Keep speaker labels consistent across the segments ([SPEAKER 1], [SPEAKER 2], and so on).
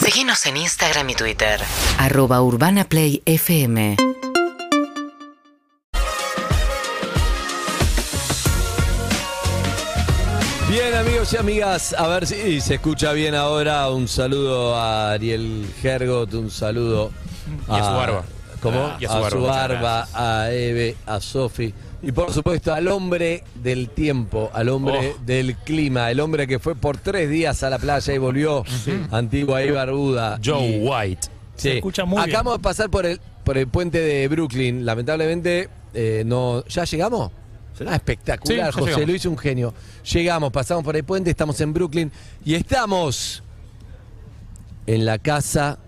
[SPEAKER 1] Seguinos en Instagram y Twitter.
[SPEAKER 2] Arroba Urbana Play FM.
[SPEAKER 3] Bien, amigos y amigas, a ver si se escucha bien ahora. Un saludo a Ariel Gergot, un saludo
[SPEAKER 4] Y a su barba.
[SPEAKER 3] ¿Cómo?
[SPEAKER 4] Y
[SPEAKER 3] a
[SPEAKER 4] a
[SPEAKER 3] su
[SPEAKER 4] su
[SPEAKER 3] barba,
[SPEAKER 4] barba, muchas
[SPEAKER 3] a Eve, a Sofi. Y por supuesto, al hombre del tiempo, al hombre
[SPEAKER 4] Oh.
[SPEAKER 3] del clima, el hombre que fue por tres días a la playa y volvió, antigua y barbuda.
[SPEAKER 4] Joe
[SPEAKER 3] Y-
[SPEAKER 4] White.
[SPEAKER 3] Sí.
[SPEAKER 5] escucha muy bien.
[SPEAKER 3] Acabamos de pasar por el, por el puente de Brooklyn. Lamentablemente, eh, no. ¿Ya llegamos? Ah,
[SPEAKER 4] Sí, ya
[SPEAKER 3] espectacular, José
[SPEAKER 4] llegamos.
[SPEAKER 3] Luis, un genio. Llegamos, pasamos por el puente, estamos en Brooklyn y estamos en la casa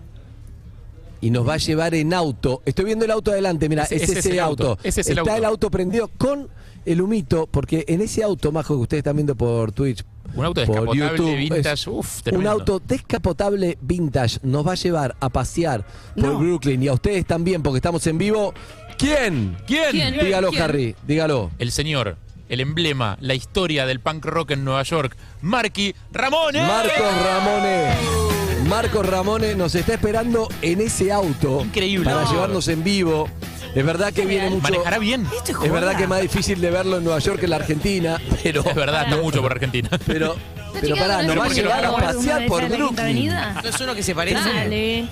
[SPEAKER 3] y nos va a llevar en auto. Estoy viendo el auto adelante, mira,
[SPEAKER 4] Ese-
[SPEAKER 3] es
[SPEAKER 4] ese
[SPEAKER 3] ese,
[SPEAKER 4] es el
[SPEAKER 3] auto.
[SPEAKER 4] auto, ese es el
[SPEAKER 3] Está
[SPEAKER 4] auto.
[SPEAKER 3] el auto prendido con el humito, porque en ese auto, Majo, que ustedes están viendo por Twitch,
[SPEAKER 4] Un auto
[SPEAKER 3] por
[SPEAKER 4] descapotable,
[SPEAKER 3] YouTube,
[SPEAKER 4] vintage,
[SPEAKER 3] es
[SPEAKER 4] uf,
[SPEAKER 3] un
[SPEAKER 4] tremendo.
[SPEAKER 3] auto descapotable vintage nos va a llevar a pasear por
[SPEAKER 6] No.
[SPEAKER 3] Brooklyn y a ustedes también, porque estamos en vivo. ¿Quién?
[SPEAKER 4] ¿Quién?
[SPEAKER 6] ¿Quién?
[SPEAKER 3] Dígalo,
[SPEAKER 6] ¿Quién?
[SPEAKER 3] Harry, dígalo.
[SPEAKER 4] El señor, el emblema, la historia del punk rock en Nueva York, Marky Ramones.
[SPEAKER 3] Marcos Ramones. Marcos Ramones nos está esperando en ese auto.
[SPEAKER 4] Increíble.
[SPEAKER 3] Para
[SPEAKER 4] No.
[SPEAKER 3] llevarnos en vivo. Es verdad que viene mucho.
[SPEAKER 4] Manejará bien.
[SPEAKER 3] Es verdad que es más difícil de verlo en Nueva York que en la Argentina, pero.
[SPEAKER 4] Es verdad, no mucho por Argentina.
[SPEAKER 3] Pero, pero
[SPEAKER 6] chica,
[SPEAKER 3] pará,
[SPEAKER 6] ¿no
[SPEAKER 3] nos
[SPEAKER 4] es
[SPEAKER 3] va a
[SPEAKER 4] porque lo
[SPEAKER 3] llevar a
[SPEAKER 4] hagamos
[SPEAKER 6] por una
[SPEAKER 3] pasear
[SPEAKER 6] de
[SPEAKER 3] por
[SPEAKER 6] esas de Quinta
[SPEAKER 3] Brooklyn.
[SPEAKER 6] Avenida?
[SPEAKER 7] ¿No es uno que se parece?
[SPEAKER 6] Dale.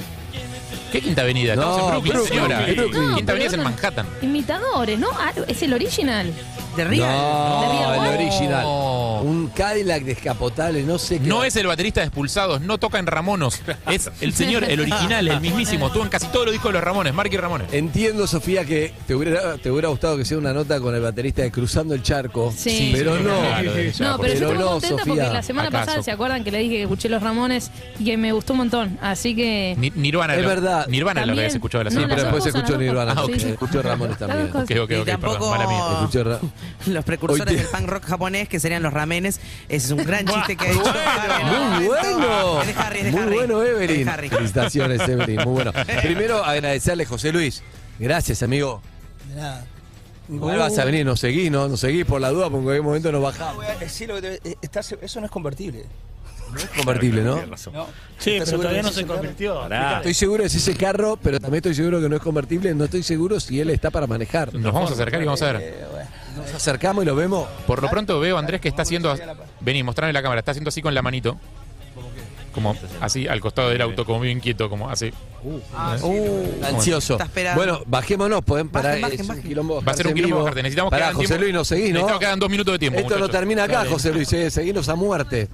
[SPEAKER 4] ¿Qué Quinta Avenida? Estamos
[SPEAKER 3] No,
[SPEAKER 4] en Brooklyn,
[SPEAKER 3] Brooklyn,
[SPEAKER 4] señora.
[SPEAKER 3] Brooklyn.
[SPEAKER 4] Quinta
[SPEAKER 6] No, pero
[SPEAKER 4] Avenida es en
[SPEAKER 6] no-
[SPEAKER 4] Manhattan.
[SPEAKER 6] Imitadores, ¿no? Ah, es el original.
[SPEAKER 7] ¿De Real?
[SPEAKER 3] No,
[SPEAKER 6] Real.
[SPEAKER 3] el original.
[SPEAKER 4] No.
[SPEAKER 3] Un Cadillac descapotable, no sé qué.
[SPEAKER 4] No es el baterista de expulsados, no toca en Ramonos. Es el señor, el original, el mismísimo. Estuvo en casi todos los discos de los Ramones, Marky Ramones.
[SPEAKER 3] Eh, Entiendo, Sofía, que te hubiera, te hubiera gustado que sea una nota con el baterista de Cruzando el Charco.
[SPEAKER 6] Sí.
[SPEAKER 3] pero
[SPEAKER 4] sí,
[SPEAKER 3] no.
[SPEAKER 4] claro, de ella,
[SPEAKER 6] No,
[SPEAKER 4] porque-
[SPEAKER 6] pero
[SPEAKER 3] Pero
[SPEAKER 6] yo estoy muy
[SPEAKER 3] no,
[SPEAKER 6] contenta
[SPEAKER 3] Sofía,
[SPEAKER 6] porque la semana
[SPEAKER 4] acaso.
[SPEAKER 6] pasada se acuerdan que le dije que escuché los Ramones y que me gustó un montón. Así que.
[SPEAKER 4] Ni- Nirvana.
[SPEAKER 3] Es
[SPEAKER 4] lo-
[SPEAKER 3] verdad.
[SPEAKER 4] Nirvana es lo que
[SPEAKER 6] También.
[SPEAKER 4] habías escuchado la
[SPEAKER 6] No,
[SPEAKER 3] Sí,
[SPEAKER 4] semana
[SPEAKER 3] pero
[SPEAKER 6] las
[SPEAKER 4] pasada.
[SPEAKER 3] después se
[SPEAKER 6] dos
[SPEAKER 3] escuchó
[SPEAKER 6] cosas, las dos
[SPEAKER 3] Nirvana.
[SPEAKER 4] cosas.
[SPEAKER 3] también,
[SPEAKER 4] Ah,
[SPEAKER 3] Se
[SPEAKER 4] ok.
[SPEAKER 3] escuchó Ramones también.
[SPEAKER 6] Las dos
[SPEAKER 4] Ok, ok,
[SPEAKER 7] Y
[SPEAKER 4] ok,
[SPEAKER 7] tampoco
[SPEAKER 4] perdón, mala mía.
[SPEAKER 3] Escuché Ra-
[SPEAKER 7] los
[SPEAKER 3] Hoy
[SPEAKER 7] precursores
[SPEAKER 3] te-
[SPEAKER 7] del punk rock japonés, que serían los ramenes. Ese es un gran chiste que ha hecho. Harry en algún
[SPEAKER 3] Muy
[SPEAKER 7] momento.
[SPEAKER 3] bueno.
[SPEAKER 7] Es de Harry, es de
[SPEAKER 3] Muy
[SPEAKER 7] Harry.
[SPEAKER 3] bueno,
[SPEAKER 7] Es
[SPEAKER 3] Evelyn.
[SPEAKER 7] de Harry.
[SPEAKER 3] Felicitaciones, Evelyn. Muy bueno. Primero, agradecerle, José Luis. Gracias, amigo.
[SPEAKER 8] De nada.
[SPEAKER 3] Igual vas a venir, nos seguís, ¿no? Nos seguís por la duda, porque en cualquier momento nos bajamos.
[SPEAKER 8] Eh, sí, lo que te- eh, está se- eso no es convertible.
[SPEAKER 3] No es convertible, ¿no? Ah,
[SPEAKER 8] No.
[SPEAKER 5] Sí,
[SPEAKER 8] ¿Estás
[SPEAKER 5] pero
[SPEAKER 8] seguro
[SPEAKER 5] todavía
[SPEAKER 8] que
[SPEAKER 5] no
[SPEAKER 8] es
[SPEAKER 5] se
[SPEAKER 8] ese carro?
[SPEAKER 5] convirtió.
[SPEAKER 3] Estoy seguro que es ese carro, pero también estoy seguro que no es convertible. No estoy seguro si él está para manejar.
[SPEAKER 4] Nos vamos a acercar y vamos a ver.
[SPEAKER 8] Eh, bueno.
[SPEAKER 3] Nos acercamos y lo vemos.
[SPEAKER 4] Por lo pronto veo a Andrés que está haciendo. Vení, mostrame la cámara. Está haciendo así con la manito. Como así al costado del auto, como bien quieto, como así.
[SPEAKER 3] Uh, Está ansioso.
[SPEAKER 7] Está esperando.
[SPEAKER 3] Bueno, bajémonos, pueden parar.
[SPEAKER 7] Bajen, bajen,
[SPEAKER 3] es un
[SPEAKER 7] bajen.
[SPEAKER 3] quilombo
[SPEAKER 4] Va a ser
[SPEAKER 3] bajarse
[SPEAKER 4] un
[SPEAKER 3] en
[SPEAKER 4] kilómetro
[SPEAKER 3] vivo.
[SPEAKER 4] bajarte. Necesitamos
[SPEAKER 3] Pará,
[SPEAKER 4] que hagan
[SPEAKER 3] José
[SPEAKER 4] tiempo-
[SPEAKER 3] Luis, nos seguís, ¿no?
[SPEAKER 4] Necesitamos que hagan dos minutos de tiempo.
[SPEAKER 3] Esto no
[SPEAKER 4] muchachos.
[SPEAKER 3] termina acá, José Luis, eh, seguimos a muerte.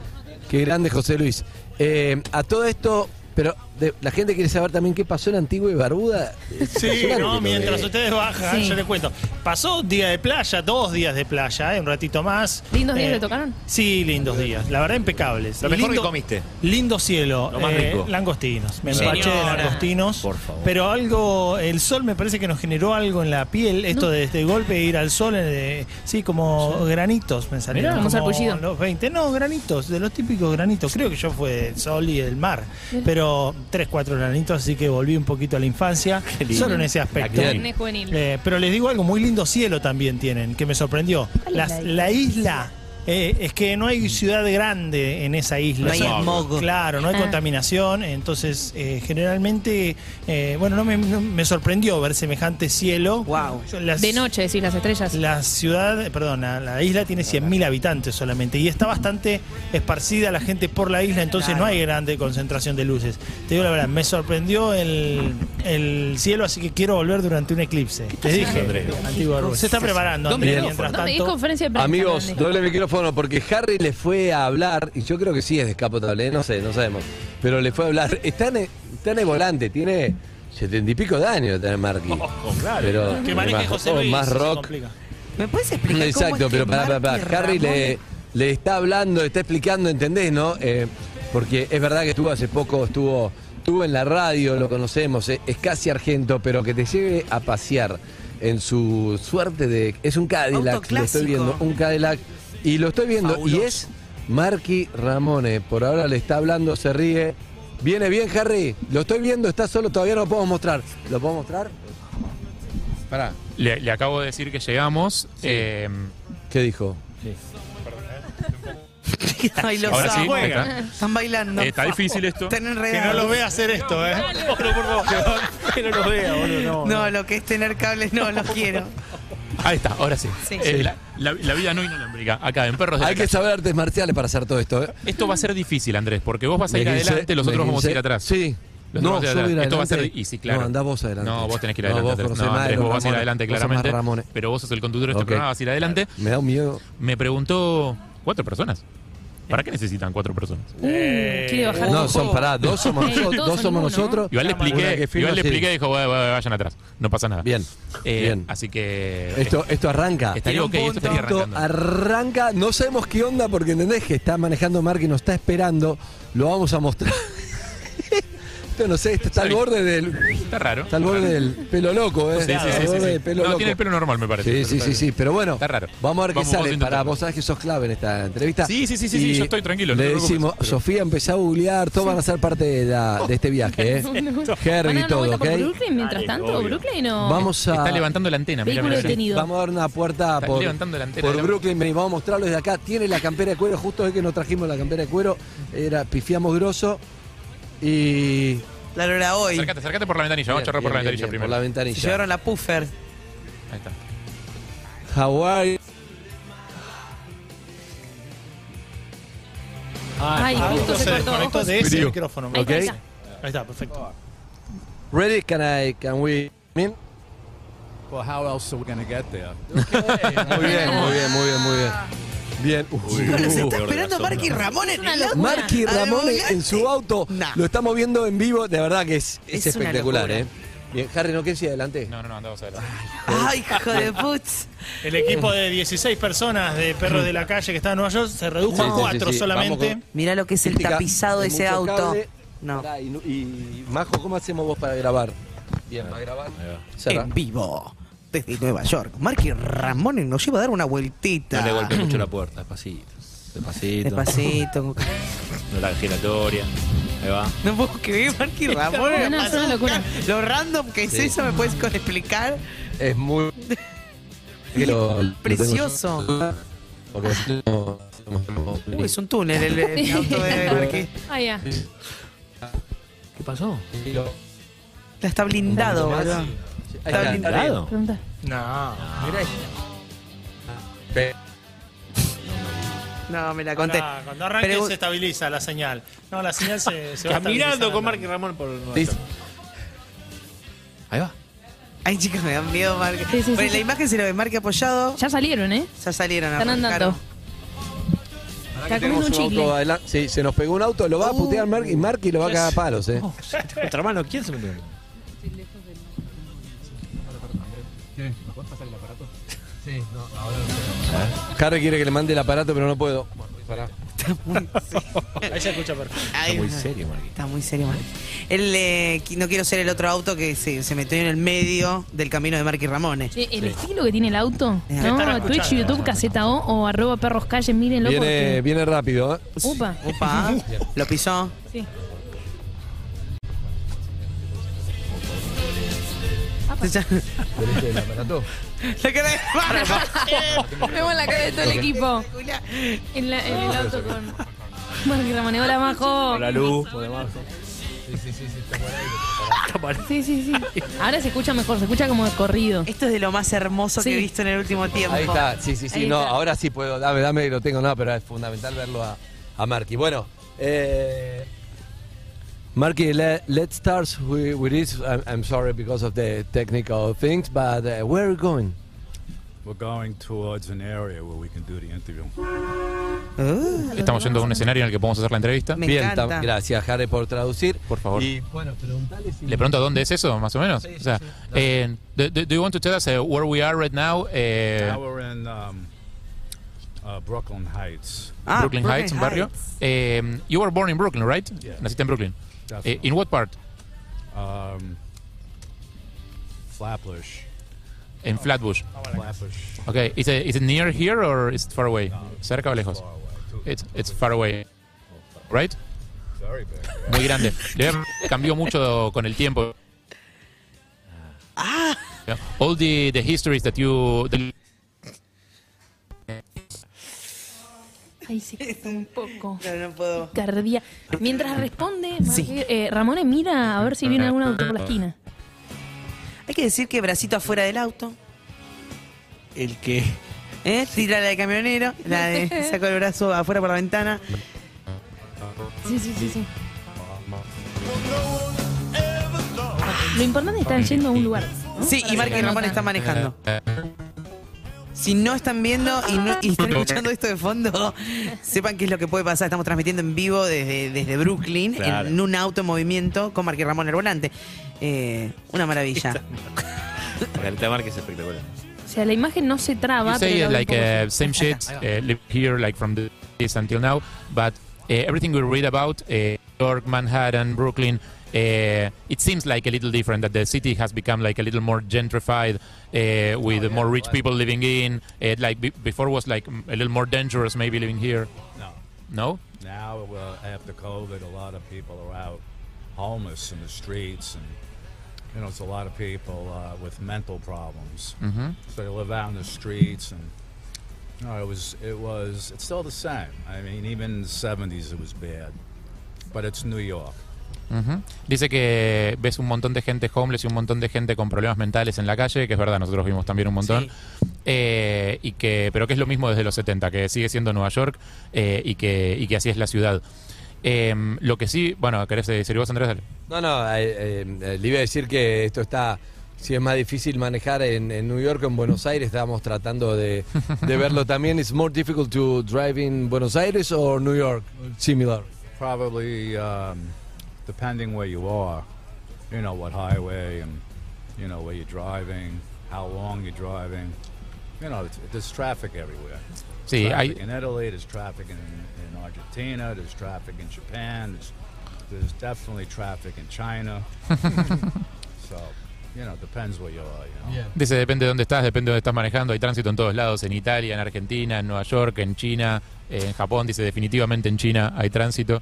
[SPEAKER 3] Qué grande José Luis. Eh, a todo esto, pero de- la gente quiere saber también qué pasó en Antigua y Barbuda. Es
[SPEAKER 5] Sí,
[SPEAKER 3] impresionante lo
[SPEAKER 5] no, mientras
[SPEAKER 3] de-
[SPEAKER 9] eh.
[SPEAKER 5] ustedes bajan,
[SPEAKER 6] Sí.
[SPEAKER 5] yo les cuento. Pasó un día de playa, dos días de playa, eh, un ratito más. Eh,
[SPEAKER 6] ¿Lindos días le tocaron?
[SPEAKER 5] Sí, lindos días. La verdad, impecables.
[SPEAKER 9] Lo mejor
[SPEAKER 5] Lindo-
[SPEAKER 9] que comiste.
[SPEAKER 5] Lindo cielo.
[SPEAKER 9] Lo más
[SPEAKER 5] eh,
[SPEAKER 9] rico.
[SPEAKER 5] langostinos. Me empaché de
[SPEAKER 7] Señora.
[SPEAKER 5] langostinos.
[SPEAKER 9] Por favor.
[SPEAKER 5] Pero algo, el sol me parece que nos generó algo en la piel. Esto
[SPEAKER 6] No.
[SPEAKER 5] de este golpe, ir al sol, eh, sí, como granitos me salieron.
[SPEAKER 6] Mirá. Como sarpullido.
[SPEAKER 5] los 20. No, granitos, de los típicos granitos. Creo que yo fue el sol y el mar.
[SPEAKER 6] Mirá.
[SPEAKER 5] Pero tres, cuatro granitos, así que volví un poquito a la infancia.
[SPEAKER 9] lindo.
[SPEAKER 5] Solo en ese aspecto.
[SPEAKER 3] Bien.
[SPEAKER 6] Carné juvenil.
[SPEAKER 5] Eh, pero les digo algo, muy lindo cielo también tienen, que me sorprendió.
[SPEAKER 6] ¿Cuál es la
[SPEAKER 5] Las-
[SPEAKER 6] isla?
[SPEAKER 5] la isla, eh, es que no hay ciudad grande en esa isla.
[SPEAKER 7] No hay
[SPEAKER 5] Son-
[SPEAKER 7] smog.
[SPEAKER 5] Claro, no hay
[SPEAKER 6] Ah.
[SPEAKER 5] contaminación, entonces eh, generalmente, eh, bueno, no me, no- me sorprendió ver semejante cielo.
[SPEAKER 7] Guau.
[SPEAKER 5] Yo- las-
[SPEAKER 6] De noche, decís las estrellas.
[SPEAKER 5] la ciudad, perdón, la, la isla tiene 100.000 habitantes solamente y está bastante esparcida la gente por la isla, entonces no hay grande concentración de luces. Te digo la verdad, me sorprendió el, el cielo, así que quiero volver durante un eclipse. Te dije, Antigua Rubén. Se está preparando,
[SPEAKER 3] Dos
[SPEAKER 5] Andrés,
[SPEAKER 3] minutos.
[SPEAKER 5] mientras
[SPEAKER 6] no, me di
[SPEAKER 5] tanto.
[SPEAKER 6] conferencia de prensa.
[SPEAKER 3] Amigos,
[SPEAKER 6] Fernández.
[SPEAKER 3] doble micrófono porque Harry le fue a hablar, y yo creo que sí es descapotable, ¿eh? no sé, no sabemos, pero le fue a hablar. Está en, el- está en el volante, tiene setenta y pico de años, tiene Marky. Pero
[SPEAKER 5] Oh, Que maneje
[SPEAKER 3] más-
[SPEAKER 5] José
[SPEAKER 3] oh,
[SPEAKER 5] Luis,
[SPEAKER 3] más
[SPEAKER 5] se
[SPEAKER 3] rock.
[SPEAKER 5] complica.
[SPEAKER 7] ¿Me puedes explicar
[SPEAKER 3] Exacto,
[SPEAKER 7] cómo es
[SPEAKER 3] pero
[SPEAKER 7] que
[SPEAKER 3] pará, pará,
[SPEAKER 7] Marky
[SPEAKER 3] pará. Harry le,
[SPEAKER 7] Ramones-
[SPEAKER 3] le está hablando, le está explicando, ¿entendés, no? Eh, porque es verdad que estuvo hace poco, estuvo, estuvo en la radio, lo conocemos, eh, es casi argento, pero que te lleve a pasear en su suerte de... Es un Cadillac,
[SPEAKER 7] Auto
[SPEAKER 3] lo estoy
[SPEAKER 7] clásico.
[SPEAKER 3] viendo, un Cadillac, y lo estoy viendo, y
[SPEAKER 7] Fabuloso.
[SPEAKER 3] es Marky Ramone, por ahora le está hablando, se ríe. Viene bien, Harry, lo estoy viendo, está solo, todavía no lo podemos mostrar. ¿Lo puedo mostrar? Pará.
[SPEAKER 4] Le, le acabo de decir que llegamos. eh,
[SPEAKER 3] ¿Qué dijo?
[SPEAKER 7] Ay, los
[SPEAKER 4] Ahora sí,
[SPEAKER 7] amo.
[SPEAKER 4] ahí está.
[SPEAKER 7] Están bailando.
[SPEAKER 4] Eh, está difícil esto.
[SPEAKER 7] Están
[SPEAKER 8] Que no
[SPEAKER 7] enredados.
[SPEAKER 8] lo vea hacer esto, ¿eh? Boludo, por favor, que no lo vea, boludo. No,
[SPEAKER 7] No, lo que es tener cables no, los quiero.
[SPEAKER 4] Ahí está, ahora sí.
[SPEAKER 7] Sí.
[SPEAKER 4] Eh, la, la- la vida no inalámbrica, acá en Perros de la
[SPEAKER 3] Hay que
[SPEAKER 4] Calle.
[SPEAKER 3] saber artes marciales para hacer todo esto. ¿eh?
[SPEAKER 4] Esto va a ser difícil, Andrés, porque vos vas a ir
[SPEAKER 3] Me guincé,
[SPEAKER 4] adelante, los
[SPEAKER 3] me
[SPEAKER 4] otros vamos a ir
[SPEAKER 3] guincé.
[SPEAKER 4] atrás.
[SPEAKER 3] Sí.
[SPEAKER 4] Los
[SPEAKER 3] no,
[SPEAKER 4] otros
[SPEAKER 3] yo
[SPEAKER 4] vamos a ir
[SPEAKER 3] voy a ir
[SPEAKER 4] adelante. Esto va a ser
[SPEAKER 3] adelante.
[SPEAKER 4] di- y sí, claro.
[SPEAKER 3] No, andá vos adelante.
[SPEAKER 4] No, vos tenés que ir
[SPEAKER 3] No,
[SPEAKER 4] adelante.
[SPEAKER 3] vos
[SPEAKER 4] Andrés.
[SPEAKER 3] conocés
[SPEAKER 4] no,
[SPEAKER 3] más de
[SPEAKER 4] Andrés,
[SPEAKER 3] los
[SPEAKER 4] vos vas a ir
[SPEAKER 3] Ramones.
[SPEAKER 4] adelante
[SPEAKER 3] Vos sos
[SPEAKER 4] claramente.
[SPEAKER 3] más Ramones.
[SPEAKER 4] Pero vos sos el conductor de este
[SPEAKER 3] Ok.
[SPEAKER 4] programa, vas a ir adelante.
[SPEAKER 3] Me da un miedo.
[SPEAKER 4] Me preguntó cuatro personas. ¿Para qué necesitan cuatro personas?
[SPEAKER 6] Uh, quiere bajar.
[SPEAKER 3] No, son pará, dos somos,
[SPEAKER 6] Eh,
[SPEAKER 3] nosotros,
[SPEAKER 6] todos
[SPEAKER 3] dos
[SPEAKER 6] son
[SPEAKER 3] somos
[SPEAKER 6] uno,
[SPEAKER 3] nosotros.
[SPEAKER 4] Igual le
[SPEAKER 3] Una
[SPEAKER 4] expliqué,
[SPEAKER 3] que firma,
[SPEAKER 4] igual le
[SPEAKER 3] sí.
[SPEAKER 4] expliqué y dijo, "Bueno, bueno, vayan atrás, no pasa nada.
[SPEAKER 3] Bien,
[SPEAKER 4] Eh,
[SPEAKER 3] bien.
[SPEAKER 4] Así que
[SPEAKER 3] Esto, esto arranca.
[SPEAKER 4] estaría
[SPEAKER 7] Tiene un
[SPEAKER 4] ok, esto estaría
[SPEAKER 3] Esto
[SPEAKER 4] arrancando.
[SPEAKER 3] arranca, no sabemos qué onda porque entendés que está manejando Mark y nos está esperando. Lo vamos a mostrar. esto no sé, esto está al
[SPEAKER 4] Sí.
[SPEAKER 3] borde del.
[SPEAKER 4] eh, Está raro.
[SPEAKER 3] Está al borde del pelo loco, ¿eh?
[SPEAKER 4] Sí, sí,
[SPEAKER 3] Al
[SPEAKER 4] sí, sí,
[SPEAKER 3] borde
[SPEAKER 4] sí.
[SPEAKER 3] del pelo
[SPEAKER 4] No,
[SPEAKER 3] loco.
[SPEAKER 4] tiene el pelo normal, me parece.
[SPEAKER 3] Sí,
[SPEAKER 4] Pero
[SPEAKER 3] sí,
[SPEAKER 4] está
[SPEAKER 3] sí,
[SPEAKER 4] bien.
[SPEAKER 3] sí, pero bueno,
[SPEAKER 4] Está raro.
[SPEAKER 3] vamos a ver qué
[SPEAKER 4] Vamos- vamos a
[SPEAKER 3] sale. Para,
[SPEAKER 4] intentarlo.
[SPEAKER 3] vos sabés que sos clave en esta entrevista.
[SPEAKER 4] Sí, sí, sí, sí, sí,
[SPEAKER 3] Y
[SPEAKER 4] yo estoy tranquilo, no
[SPEAKER 3] Le
[SPEAKER 4] te preocupes,
[SPEAKER 3] decimos,
[SPEAKER 4] pero-
[SPEAKER 3] Sofía empezó a googlear, todos van a ser parte de, la- de este viaje, ¿eh? Herbie
[SPEAKER 6] Van a
[SPEAKER 3] y
[SPEAKER 6] dar una
[SPEAKER 3] todo,
[SPEAKER 6] vuelta
[SPEAKER 3] ¿ok?
[SPEAKER 6] por Brooklyn mientras tanto, Brooklyn o
[SPEAKER 3] Vamos a.
[SPEAKER 4] Está levantando la antena, mira,
[SPEAKER 6] Vehículo
[SPEAKER 4] mira, mira.
[SPEAKER 6] detenido.
[SPEAKER 3] Vamos a dar una puerta
[SPEAKER 4] Está
[SPEAKER 3] por,
[SPEAKER 4] levantando la antena
[SPEAKER 3] por
[SPEAKER 4] de la-
[SPEAKER 3] Brooklyn. Vení, vamos a mostrarlo desde acá. Tiene la campera de cuero, justo es que nos trajimos la campera de cuero. Era pifiamos grosso. Y.
[SPEAKER 7] La Lola hoy.
[SPEAKER 4] Acércate, acércate por la ventanilla, vamos a charlar por la
[SPEAKER 3] Bien, bien,
[SPEAKER 4] ventanilla
[SPEAKER 3] bien,
[SPEAKER 4] primero.
[SPEAKER 3] Por la
[SPEAKER 7] Se
[SPEAKER 3] ventanilla.
[SPEAKER 7] llevaron la puffer.
[SPEAKER 4] Ahí está.
[SPEAKER 3] Hawái.
[SPEAKER 6] Ay, justo se cortó,
[SPEAKER 8] desconectó
[SPEAKER 6] ojo,
[SPEAKER 8] de ese
[SPEAKER 3] Frío.
[SPEAKER 8] micrófono.
[SPEAKER 6] Ahí está,
[SPEAKER 3] ok.
[SPEAKER 6] ahí está.
[SPEAKER 8] Ahí está, perfecto.
[SPEAKER 3] Ready? Can I? Can we? in?
[SPEAKER 9] Well, how else are we going to get there?
[SPEAKER 3] Muy bien, muy bien, muy bien, muy bien. Bien.
[SPEAKER 7] Pero se
[SPEAKER 3] Uh.
[SPEAKER 7] está esperando Marky Ramón en
[SPEAKER 6] una
[SPEAKER 7] el auto.
[SPEAKER 3] Marky
[SPEAKER 7] Al
[SPEAKER 3] Ramón
[SPEAKER 7] volante.
[SPEAKER 3] en su auto.
[SPEAKER 7] Nah.
[SPEAKER 3] Lo estamos viendo en vivo. De verdad que es, es
[SPEAKER 7] Es una
[SPEAKER 3] espectacular,
[SPEAKER 7] locura.
[SPEAKER 3] ¿eh? Bien, Harry, ¿no quieres ir adelante?
[SPEAKER 4] No, no, no, andamos a ver.
[SPEAKER 7] Ay, hijo de putz.
[SPEAKER 8] El equipo de 16 personas de Perros de la Calle que estaba en Nueva York se redujo
[SPEAKER 3] Sí,
[SPEAKER 8] a
[SPEAKER 3] sí, sí,
[SPEAKER 8] 4
[SPEAKER 3] sí.
[SPEAKER 8] solamente.
[SPEAKER 3] Vamos
[SPEAKER 7] Mirá lo que es el
[SPEAKER 3] Crítica,
[SPEAKER 7] tapizado de
[SPEAKER 3] es
[SPEAKER 7] ese
[SPEAKER 3] mucho
[SPEAKER 7] auto.
[SPEAKER 3] cable.
[SPEAKER 7] No.
[SPEAKER 3] Pará, y, y- Majo, ¿cómo hacemos vos para grabar? Bien, para grabar. Cerra.
[SPEAKER 7] En vivo. Desde Nueva York. Marky Ramón nos lleva a dar una vueltita.
[SPEAKER 9] No le golpees mucho la puerta, despacito. Despacito.
[SPEAKER 7] Despacito.
[SPEAKER 9] No la giratoria. Ahí va.
[SPEAKER 7] No puedo creer, Marky Ramón.
[SPEAKER 6] No, no,
[SPEAKER 7] pasó
[SPEAKER 6] es una
[SPEAKER 7] acá.
[SPEAKER 6] locura.
[SPEAKER 7] Lo random que es eso, ¿me puedes con- explicar?
[SPEAKER 3] Es muy. que lo- lo tengo
[SPEAKER 7] Precioso.
[SPEAKER 3] yo. Porque no- no-
[SPEAKER 7] Uy, es un túnel el, el auto de Marky.
[SPEAKER 6] Ah, ya.
[SPEAKER 9] ¿Qué pasó?
[SPEAKER 7] La está blindado, ¿verdad?
[SPEAKER 3] Ahí está,
[SPEAKER 7] blindado.
[SPEAKER 3] está bien.
[SPEAKER 6] Pregunta.
[SPEAKER 8] No.
[SPEAKER 3] Pe-
[SPEAKER 7] No, me la conté.
[SPEAKER 8] Cuando, cuando arranque
[SPEAKER 7] Pero-
[SPEAKER 8] se estabiliza la señal. No, la señal se, se va
[SPEAKER 9] Caminando con Marky
[SPEAKER 8] Marky
[SPEAKER 9] Ramón por el
[SPEAKER 3] Dice-
[SPEAKER 9] Ahí va.
[SPEAKER 7] Ay, chicos, me dan miedo, Marky.
[SPEAKER 6] Sí, sí,
[SPEAKER 7] bueno,
[SPEAKER 6] sí,
[SPEAKER 7] la
[SPEAKER 6] sí.
[SPEAKER 7] imagen se lo ve Marky apoyado.
[SPEAKER 6] Ya salieron, ¿eh?
[SPEAKER 7] Ya salieron.
[SPEAKER 6] Están
[SPEAKER 7] arrancaron.
[SPEAKER 6] andando. Está comiendo
[SPEAKER 3] Tenemos
[SPEAKER 6] un
[SPEAKER 3] un auto
[SPEAKER 6] chicle. Uh.
[SPEAKER 3] adela- sí, se nos pegó un auto, lo va a putear Mark y Mark y lo va a cagar a palos,
[SPEAKER 6] Oh,
[SPEAKER 3] eh.
[SPEAKER 9] Otra mano, ¿quién se metió?
[SPEAKER 3] Harry quiere que le mande el aparato, pero no puedo.
[SPEAKER 8] Ahí se escucha perfecto.
[SPEAKER 7] Ay,
[SPEAKER 9] Muy
[SPEAKER 7] no.
[SPEAKER 9] serio, Marky.
[SPEAKER 7] Está muy serio, Marky. El, eh, qui- no quiero ser el otro auto que se, se metió en el medio del camino de Marky Ramones.
[SPEAKER 6] Che, el estilo que tiene el auto.
[SPEAKER 7] Sí.
[SPEAKER 8] Están
[SPEAKER 6] No, Twitch,
[SPEAKER 8] escuchando.
[SPEAKER 6] YouTube, caseta O o arroba perros calle, mírenlo.
[SPEAKER 3] Viene, viene rápido, ¿eh?
[SPEAKER 6] porque- Upa.
[SPEAKER 7] Upa, lo pisó.
[SPEAKER 6] Sí.
[SPEAKER 7] la cara de
[SPEAKER 6] Vemos la cara de todo el equipo. En, la- en el auto con. Marky Ramone, hola Majo.
[SPEAKER 9] La luz, por demás.
[SPEAKER 6] Sí, sí, sí. Ahora se escucha mejor, se escucha como de corrido.
[SPEAKER 7] Esto es de lo más hermoso que
[SPEAKER 6] Sí.
[SPEAKER 7] he visto en el último tiempo.
[SPEAKER 3] Ahí está, sí, sí, sí.
[SPEAKER 6] Ahí
[SPEAKER 3] No,
[SPEAKER 6] está.
[SPEAKER 3] ahora sí puedo, dame, dame, lo tengo, no, pero es fundamental verlo a, a Marky. Bueno, eh, Marky, let, let's start with, with this. I'm, I'm sorry because of the technical things, but uh, where are you going?
[SPEAKER 5] We're going towards an area where we can do the interview.
[SPEAKER 7] Uh,
[SPEAKER 4] Estamos yendo a un escenario en el que podemos hacer la entrevista.
[SPEAKER 7] Me
[SPEAKER 3] Bien,
[SPEAKER 7] encanta.
[SPEAKER 3] tam- gracias, Harry, por traducir.
[SPEAKER 4] Por favor.
[SPEAKER 3] Y bueno, preguntale si.
[SPEAKER 4] Le pregunto dónde es eso, más o menos. o sea, eh, do, do- do you want to tell us uh, where we are right now? Eh,
[SPEAKER 5] Now we're in um, uh, Brooklyn Heights.
[SPEAKER 7] Ah,
[SPEAKER 4] Brooklyn, Heights, un barrio.
[SPEAKER 7] Heights.
[SPEAKER 4] Eh, you were born in Brooklyn, right?
[SPEAKER 5] Yeah.
[SPEAKER 4] Naciste en Brooklyn. Eh,
[SPEAKER 5] Definitely.
[SPEAKER 4] in what part?
[SPEAKER 5] Um, Flatbush.
[SPEAKER 4] En Flatbush.
[SPEAKER 5] Flatbush.
[SPEAKER 4] Okay, is it, is it near here or is it far away? Cerca o lejos?
[SPEAKER 5] Far away. Too-
[SPEAKER 4] It's, it's far away. Right?
[SPEAKER 5] Very big.
[SPEAKER 4] Muy grande. Le- Cambió mucho con el tiempo. Yeah. All the, the histories that you... the-
[SPEAKER 6] Ahí se cortó un poco.
[SPEAKER 7] No, no puedo.
[SPEAKER 6] Cardía. Mientras responde, Marque-
[SPEAKER 7] Sí.
[SPEAKER 6] eh, Ramones mira a ver si viene algún auto por la esquina.
[SPEAKER 7] Hay que decir que bracito afuera del auto.
[SPEAKER 9] El que.
[SPEAKER 7] ¿Eh? Tira la de camionero, la de saco el brazo afuera por la ventana.
[SPEAKER 6] Sí, sí, sí, sí. Lo importante es que están yendo a un lugar. ¿no?
[SPEAKER 7] Sí,
[SPEAKER 6] Para
[SPEAKER 7] y Marque
[SPEAKER 6] sacar
[SPEAKER 7] Ramón
[SPEAKER 6] nota.
[SPEAKER 7] está manejando. Si no están viendo y, no, y están escuchando esto de fondo, sepan qué es lo que puede pasar. Estamos transmitiendo en vivo desde, desde Brooklyn,
[SPEAKER 9] Claro.
[SPEAKER 7] en un auto en movimiento con Marque Ramón al volante. Eh, una maravilla.
[SPEAKER 9] La carita Márquez es espectacular.
[SPEAKER 6] O sea, la imagen no se traba.
[SPEAKER 4] You say
[SPEAKER 6] pero
[SPEAKER 4] uh, like
[SPEAKER 6] tampoco se-
[SPEAKER 4] uh, same shit,
[SPEAKER 7] Ahí va.
[SPEAKER 4] uh, live here, like from the days until now, but uh, everything we read about uh, New York, Manhattan, Brooklyn, uh, it seems like a little different. That the city has become like a little more gentrified, uh, with more rich people living in. Uh, like be- before was like mm, a little more dangerous, maybe living here.
[SPEAKER 5] No.
[SPEAKER 4] No,
[SPEAKER 5] Now, uh, after COVID, a lot of people are out homeless in the streets, and you know, it's a lot of people uh, with mental problems.
[SPEAKER 4] Mhm.
[SPEAKER 5] So they live out in the streets, and you know, it was, it was, it's still the same. I mean, even in the '70s, it was bad, but it's New York.
[SPEAKER 4] Ujú. Dice que ves un montón de gente homeless y un montón de gente con problemas mentales en la calle, que es verdad, nosotros vimos también un montón. Eh, y que, pero que es lo mismo desde los 70, que sigue siendo Nueva York eh, y, que, y que así es la ciudad. Em, lo que sí, bueno, querés decir vos, Andrés, dale.
[SPEAKER 3] No, no, eh, eh, eh, le iba a decir que esto está, si es más difícil manejar en, en New York o en Buenos Aires, estábamos tratando de, de verlo también. ¿Es more difficult to drive in Buenos Aires o New York? Similar.
[SPEAKER 5] Probably, um, depending where you are, you know, what highway and, Eh, um, you know, where you're driving, how long you're driving. You know, it's, there's traffic everywhere.
[SPEAKER 4] Sí,
[SPEAKER 5] traffic
[SPEAKER 4] hay,
[SPEAKER 5] in Italy, there's traffic in, in Argentina, there's traffic in Japan, there's, there's definitely traffic in China. so, you know, it depends where you are, you know.
[SPEAKER 4] dice, depende de dónde estás, depende de dónde estás manejando, hay tránsito en todos lados, en Italia, en Argentina, en Nueva York, en China, eh, en Japón, dice, definitivamente en China hay tránsito.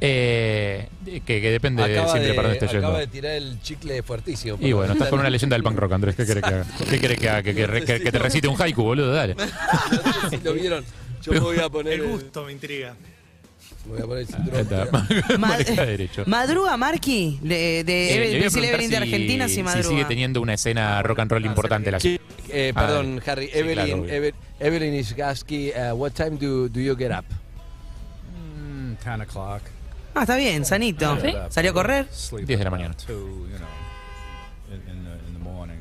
[SPEAKER 4] Eh, que, que depende de siempre para dónde estés yendo.
[SPEAKER 3] acaba de tirar el chicle fuertísimo.
[SPEAKER 4] Y bueno, estás con una leyenda del punk rock, Andrés. ¿Qué querés que haga? ¿Qué querés que haga? Que, que re- que- que te recite un haiku, boludo, dale.
[SPEAKER 3] No sé si lo vieron. Yo me voy a poner
[SPEAKER 8] El
[SPEAKER 3] el,
[SPEAKER 8] gusto me intriga.
[SPEAKER 3] me voy a poner el
[SPEAKER 4] Ahí
[SPEAKER 3] cinturón.
[SPEAKER 4] está.
[SPEAKER 7] Mad-
[SPEAKER 4] Maneja derecho.
[SPEAKER 7] madruga Marqui de, de
[SPEAKER 4] Eh, le voy a
[SPEAKER 7] Evelyn- Priscila
[SPEAKER 4] preguntar
[SPEAKER 7] Evelyn de Argentina,
[SPEAKER 4] si-
[SPEAKER 7] sí, madruga.
[SPEAKER 4] Si sigue teniendo una escena rock and roll importante la
[SPEAKER 3] Sí, eh,
[SPEAKER 4] Ah,
[SPEAKER 3] perdón,
[SPEAKER 4] dale.
[SPEAKER 3] Harry.
[SPEAKER 4] Sí, claro,
[SPEAKER 3] Evelyn,
[SPEAKER 4] obvio.
[SPEAKER 3] Eve- Evelyn is asking, uh, what time do, do you get up?
[SPEAKER 5] Mm, 10 o'clock.
[SPEAKER 7] Ah, está bien, sanito.
[SPEAKER 6] ¿Sí?
[SPEAKER 7] ¿Salió a correr?
[SPEAKER 5] Sleep
[SPEAKER 4] 10 de la
[SPEAKER 5] about
[SPEAKER 4] mañana.
[SPEAKER 5] Two, you know, in, in, the, in the morning.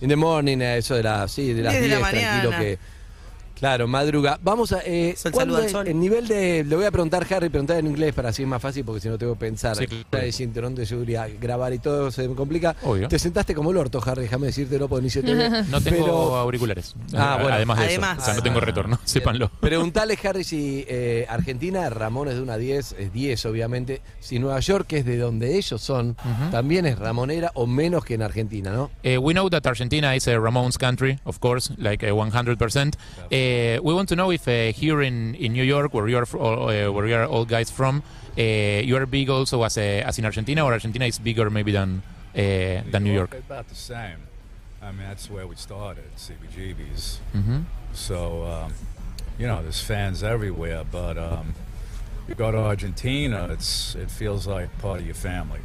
[SPEAKER 3] In the morning, eh, eso de las sí, de las 10,
[SPEAKER 7] Diez de la
[SPEAKER 3] tranquilo
[SPEAKER 7] mañana.
[SPEAKER 3] que Claro, madruga. Vamos a. Eh,
[SPEAKER 7] Sol,
[SPEAKER 3] ¿cuándo
[SPEAKER 7] saluda al
[SPEAKER 3] es
[SPEAKER 7] sol.
[SPEAKER 3] El nivel de. Le voy a preguntar, Harry, preguntar en inglés para así es más fácil porque si no tengo que pensar.
[SPEAKER 4] Sí, claro.
[SPEAKER 3] El cinturón de seguridad, grabar y todo se me complica.
[SPEAKER 4] Obvio.
[SPEAKER 3] Te sentaste como el orto, Harry, déjame decírtelo porque ni se te ve.
[SPEAKER 4] No tengo
[SPEAKER 3] Pero-
[SPEAKER 4] auriculares.
[SPEAKER 3] Ah, bueno.
[SPEAKER 4] Además de
[SPEAKER 7] Además.
[SPEAKER 4] eso. O sea, no tengo retorno, sépanlo.
[SPEAKER 3] Preguntale, Harry, si eh, Argentina, Ramón es de una 10, es 10 obviamente. Si Nueva York, que es de donde ellos son, también es ramonera o menos que en Argentina, ¿no?
[SPEAKER 4] Uh, we know that Argentina is a Ramones country, of course, like uh, 100%. Uh, we want to know if uh, here in, in New York, where you are, fr- uh, where you are all guys from, uh, you are big also as, a, as in Argentina, or Argentina is bigger maybe than uh, than New York.
[SPEAKER 5] About the same. I mean, that's where we started, CBGB's.
[SPEAKER 4] Mhm.
[SPEAKER 5] So, um, you know, there's fans everywhere, but um, you go to Argentina, it's it feels like part of your family.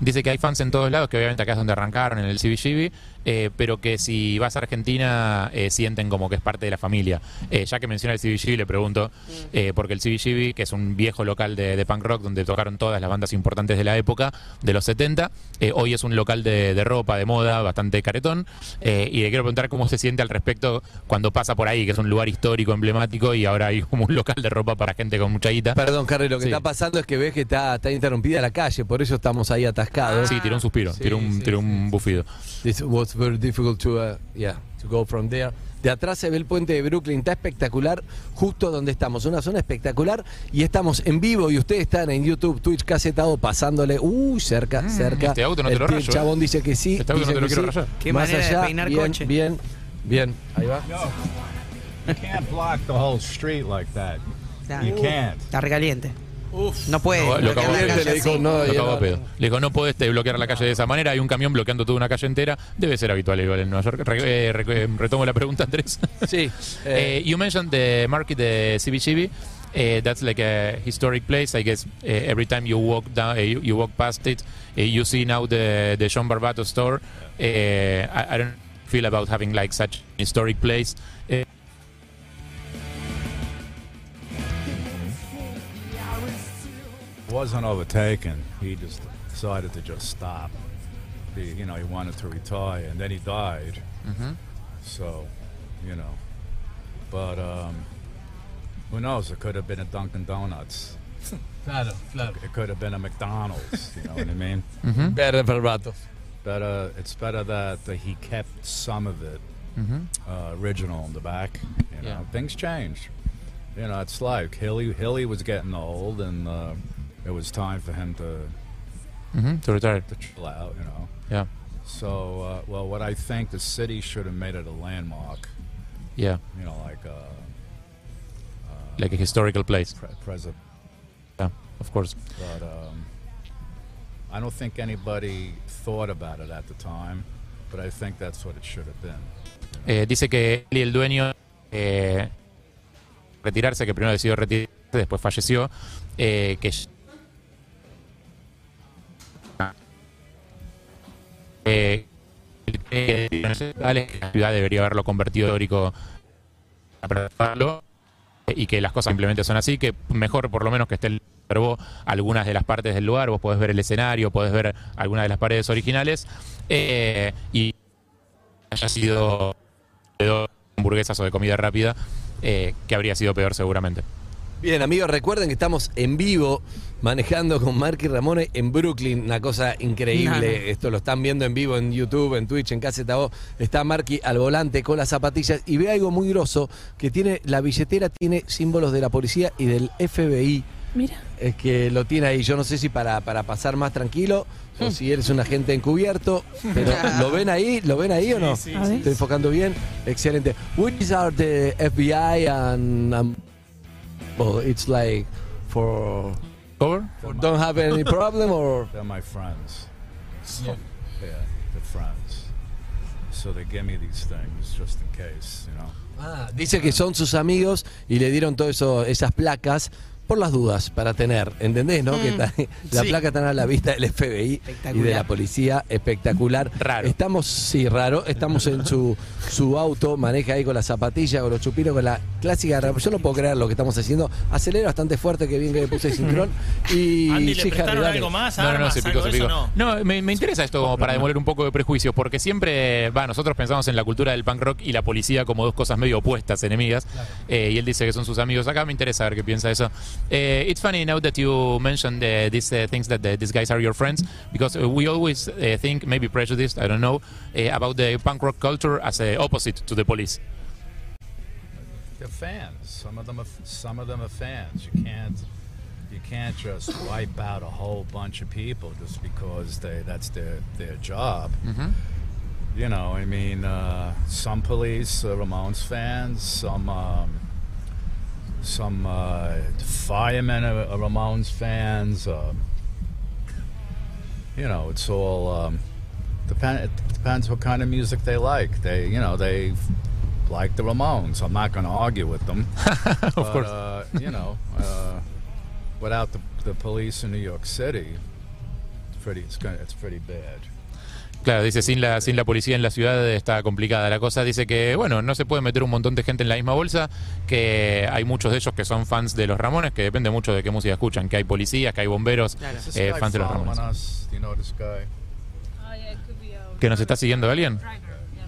[SPEAKER 4] Dice que hay fans en todos lados, que obviamente acá es donde arrancaron en el CBGB, eh, pero que si vas a Argentina eh, sienten como que es parte de la familia. Eh, ya que menciona el CBGB, le pregunto, eh, porque el CBGB, que es un viejo local de, de punk rock donde tocaron todas las bandas importantes de la época, de los 70, eh, hoy es un local de, de ropa, de moda, bastante caretón, eh, y le quiero preguntar cómo se siente al respecto cuando pasa por ahí, que es un lugar histórico, emblemático, y ahora hay como un local de ropa para gente con mucha guita.
[SPEAKER 3] Ah, Perdón, Harry, lo que
[SPEAKER 4] Sí.
[SPEAKER 3] está pasando es que ves que está, está interrumpida la calle, por eso estamos ahí atascados.
[SPEAKER 4] Sí, tiró un suspiro,
[SPEAKER 3] Sí,
[SPEAKER 4] tiró un,
[SPEAKER 3] sí,
[SPEAKER 4] tiró un bufido.
[SPEAKER 3] This was very difficult to, uh, yeah, to go from there. De atrás se ve el puente de Brooklyn, está espectacular, justo donde estamos, una zona espectacular y estamos en vivo y ustedes están en YouTube, Twitch, casetado, pasándole, uy, cerca, cerca.
[SPEAKER 4] este auto no te
[SPEAKER 3] el,
[SPEAKER 4] lo
[SPEAKER 3] tío
[SPEAKER 4] rayo, eh.
[SPEAKER 3] chabón dice que sí.
[SPEAKER 4] Este auto
[SPEAKER 3] dice
[SPEAKER 4] no te lo
[SPEAKER 3] que
[SPEAKER 4] quiero rayar.
[SPEAKER 7] Qué
[SPEAKER 3] Más
[SPEAKER 7] manera de
[SPEAKER 3] allá,
[SPEAKER 7] peinar
[SPEAKER 3] bien,
[SPEAKER 7] coche.
[SPEAKER 3] bien, bien, ahí va.
[SPEAKER 5] You can't block the whole street like that.
[SPEAKER 7] Claro.
[SPEAKER 5] You can't.
[SPEAKER 7] Está recaliente. No puede.
[SPEAKER 4] No, lo
[SPEAKER 7] bloquear
[SPEAKER 4] acabo
[SPEAKER 7] la
[SPEAKER 4] de-
[SPEAKER 7] calle
[SPEAKER 3] le dijo,
[SPEAKER 7] así.
[SPEAKER 3] no,
[SPEAKER 4] Lo
[SPEAKER 3] y
[SPEAKER 4] cagó
[SPEAKER 3] era-
[SPEAKER 4] a pedo. Le dijo, no podés eh, bloquear la calle de esa manera, hay un camión bloqueando toda una calle entera, debe ser habitual igual en Nueva York. Re- eh, re- eh, retomo la pregunta, Andrés.
[SPEAKER 3] Sí.
[SPEAKER 4] Eh,
[SPEAKER 3] eh,
[SPEAKER 4] you mentioned the market, the CBGB. Uh, that's like a historic place, I guess. Uh, every time you walk down, uh, you, you walk past it, uh, you see now the the Jean Barbato store. Uh, I, I don't feel about having like such historic place. Uh,
[SPEAKER 5] wasn't overtaken. He just decided to just stop. He, you know, he wanted to retire, and then he died.
[SPEAKER 4] Mm-hmm.
[SPEAKER 5] So, you know, but um, who knows? It could have been a Dunkin' Donuts.
[SPEAKER 3] claro, claro.
[SPEAKER 5] It could have been a McDonald's. You know what I mean?
[SPEAKER 3] Ver Barbato.
[SPEAKER 5] Better. It's better that, that he kept some of it uh, original in the back. You know,
[SPEAKER 4] Yeah.
[SPEAKER 5] things change. You know, it's like Hilly. Hilly was getting old, and uh, it was time for him to
[SPEAKER 4] mhm, to retire.
[SPEAKER 5] to chill out, you know.
[SPEAKER 4] Yeah,
[SPEAKER 5] So, uh, well, what I think the city should have made it a landmark,
[SPEAKER 4] yeah,
[SPEAKER 5] you know, like uh,
[SPEAKER 4] like a historical place.
[SPEAKER 5] pre- present.
[SPEAKER 4] Yeah, of course.
[SPEAKER 5] But um, I don't think anybody thought about it at the time. But I think that's what it should have been.
[SPEAKER 4] Eh, dice que él y el dueño eh, retirarse, que primero decidió retirarse, después falleció, eh, que eh, que la ciudad debería haberlo convertido en histórico para preservarlo, eh, y que las cosas simplemente son así, que mejor por lo menos que esté el preservó algunas de las partes del lugar, vos podés ver el escenario, podés ver algunas de las paredes originales, eh, y haya sido de hamburguesas o de comida rápida, eh, que habría sido peor seguramente.
[SPEAKER 3] Bien, amigos, recuerden que estamos en vivo manejando con Mark y Ramone en Brooklyn, una cosa increíble.
[SPEAKER 7] No,
[SPEAKER 3] Esto lo están viendo en vivo en YouTube, en Twitch, en Caseta O. Está Marky al volante con las zapatillas y ve algo muy grosso que tiene la billetera tiene símbolos de la policía y del FBI.
[SPEAKER 4] eh,
[SPEAKER 6] Mira.
[SPEAKER 3] Es que lo tiene ahí, yo no sé si para, para pasar más tranquilo o si eres un agente encubierto, pero ¿lo ven ahí? ¿Lo ven ahí o no?
[SPEAKER 6] A ver.
[SPEAKER 3] Estoy enfocando bien. Excelente. Which are the FBI and um, well, it's like for,
[SPEAKER 4] ¿Cover?
[SPEAKER 3] for don't have any problem or
[SPEAKER 5] They're my friends. Yeah, they're friends. So they give me these things just in case, you know.
[SPEAKER 3] Ah, dice que son sus amigos y le dieron todo eso esas placas por las dudas para tener, ¿entendés, no? Que está- la placa está a la vista del FBI y de la
[SPEAKER 7] Espectacular.
[SPEAKER 3] policía, espectacular.
[SPEAKER 4] Raro.
[SPEAKER 3] Estamos sí, raro, estamos en su su auto, maneja ahí con la zapatilla, con los chupiros, con la clásica, rap- yo no puedo creer lo que estamos haciendo. Acelera bastante fuerte, que bien que le puse el cinturón y sí,
[SPEAKER 8] Andy, ¿le
[SPEAKER 3] Harry,
[SPEAKER 8] prestaron
[SPEAKER 3] dale.
[SPEAKER 8] algo más?
[SPEAKER 4] No, no, no,
[SPEAKER 8] ¿Armas?
[SPEAKER 4] se picó,
[SPEAKER 8] ¿Algo
[SPEAKER 4] se
[SPEAKER 8] de
[SPEAKER 4] picó.
[SPEAKER 8] eso? No.
[SPEAKER 4] No, me, me interesa esto como para demoler un poco de prejuicios, porque siempre, va, nosotros pensamos en la cultura del punk rock y la policía como dos cosas medio opuestas, enemigas, eh, y él dice que son sus amigos. Acá me interesa ver qué piensa eso. Eh, it's funny now that you mentioned eh, these eh, things that eh, these guys are your friends, because eh, we always eh, think, maybe prejudiced, I don't know, eh, about the punk rock culture as eh, opposite to the police.
[SPEAKER 5] They're fans. Some of them are some of them are fans. You can't you can't just wipe out a whole bunch of people just because they that's their their job. You know, I mean, uh, some police are Ramones fans. Some um, some uh, firemen are, are Ramones fans. Um, you know, it's all um, depend. It depends what kind of music they like. They, you know, they like the Ramones. I'm not going to argue with them.
[SPEAKER 4] of
[SPEAKER 5] But,
[SPEAKER 4] course.
[SPEAKER 5] Uh, you know, uh, without the, the police in New York City, it's pretty. It's gonna, It's pretty bad.
[SPEAKER 4] Claro, dice, sin la, sin la policía en la ciudad está complicada la cosa. Dice que, bueno, no se puede meter un montón de gente en la misma bolsa, que hay muchos de ellos que son fans de los Ramones, que depende mucho de qué música escuchan, que hay policías, que hay bomberos,
[SPEAKER 7] Claro.
[SPEAKER 5] Is this
[SPEAKER 4] eh,
[SPEAKER 5] guy
[SPEAKER 4] fans de los
[SPEAKER 5] following
[SPEAKER 4] Ramones.
[SPEAKER 5] us? Do you know this guy?
[SPEAKER 4] ¿Que nos está siguiendo alguien?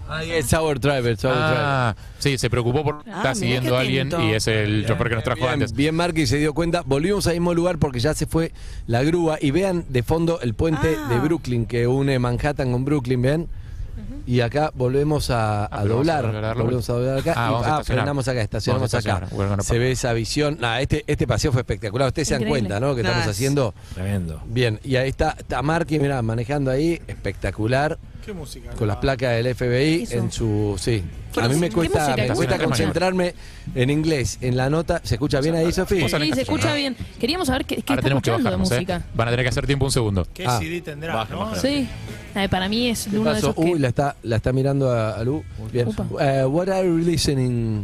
[SPEAKER 3] Ah, yes, our driver, it's our driver.
[SPEAKER 4] Ah, sí, se preocupó por
[SPEAKER 7] Ah, mirá
[SPEAKER 4] está siguiendo
[SPEAKER 7] qué
[SPEAKER 4] a alguien
[SPEAKER 7] atento.
[SPEAKER 4] y es el chofer que nos trajo
[SPEAKER 3] Bien,
[SPEAKER 4] antes.
[SPEAKER 3] bien Marky se dio cuenta. Volvimos al mismo lugar porque ya se fue la grúa. Y vean de fondo el puente
[SPEAKER 7] Ah.
[SPEAKER 3] de Brooklyn que une Manhattan con Brooklyn, ¿ven? y acá volvemos a, a
[SPEAKER 4] Ah, pero vamos a
[SPEAKER 3] doblar.
[SPEAKER 4] volver a darlo
[SPEAKER 3] volvemos a doblar acá
[SPEAKER 4] Ah,
[SPEAKER 3] y
[SPEAKER 4] vamos a
[SPEAKER 3] ah,
[SPEAKER 4] estacionar.
[SPEAKER 3] frenamos acá, estacionamos
[SPEAKER 4] Vamos a
[SPEAKER 3] acá.
[SPEAKER 4] estacionar, bueno, no
[SPEAKER 3] Se
[SPEAKER 4] pasa.
[SPEAKER 3] ve esa visión. Nada, este, este paseo fue espectacular. Ustedes se dan
[SPEAKER 6] Increíble.
[SPEAKER 3] cuenta, ¿no? Que
[SPEAKER 7] Nah,
[SPEAKER 3] estamos
[SPEAKER 7] es-
[SPEAKER 3] haciendo.
[SPEAKER 9] Tremendo.
[SPEAKER 3] Bien, y ahí está Tamarqui, mirá, manejando ahí, espectacular,
[SPEAKER 8] ¿Qué música? Ah,
[SPEAKER 3] con las placas del FBI
[SPEAKER 6] Eso.
[SPEAKER 3] en su. Sí. A
[SPEAKER 6] Pero,
[SPEAKER 3] mí me
[SPEAKER 6] ¿qué
[SPEAKER 3] cuesta,
[SPEAKER 6] música?
[SPEAKER 3] me
[SPEAKER 6] ¿Qué
[SPEAKER 3] cuesta
[SPEAKER 4] música?
[SPEAKER 3] concentrarme en inglés, en la nota. ¿Se escucha bien ahí, Sofía?
[SPEAKER 4] Vos sabés
[SPEAKER 6] Sí, se
[SPEAKER 4] castellano,
[SPEAKER 6] escucha
[SPEAKER 4] ¿no?
[SPEAKER 6] bien. Queríamos saber qué, qué
[SPEAKER 4] Ahora
[SPEAKER 6] está
[SPEAKER 4] tenemos que
[SPEAKER 6] escuchando
[SPEAKER 4] bajarnos,
[SPEAKER 6] de
[SPEAKER 4] ¿eh?
[SPEAKER 6] música.
[SPEAKER 4] Van a tener que hacer tiempo un segundo.
[SPEAKER 8] ¿Qué
[SPEAKER 3] Ah.
[SPEAKER 8] CD tendrá,
[SPEAKER 9] Baja,
[SPEAKER 8] no?
[SPEAKER 9] baja.
[SPEAKER 6] Sí. Ay, para mí es
[SPEAKER 3] ¿Qué
[SPEAKER 6] uno de
[SPEAKER 3] pasó?
[SPEAKER 6] esos que-
[SPEAKER 3] Uy, la está, la está mirando a, a Lu. Bien.
[SPEAKER 6] Upa.
[SPEAKER 3] Eh, what are you listening?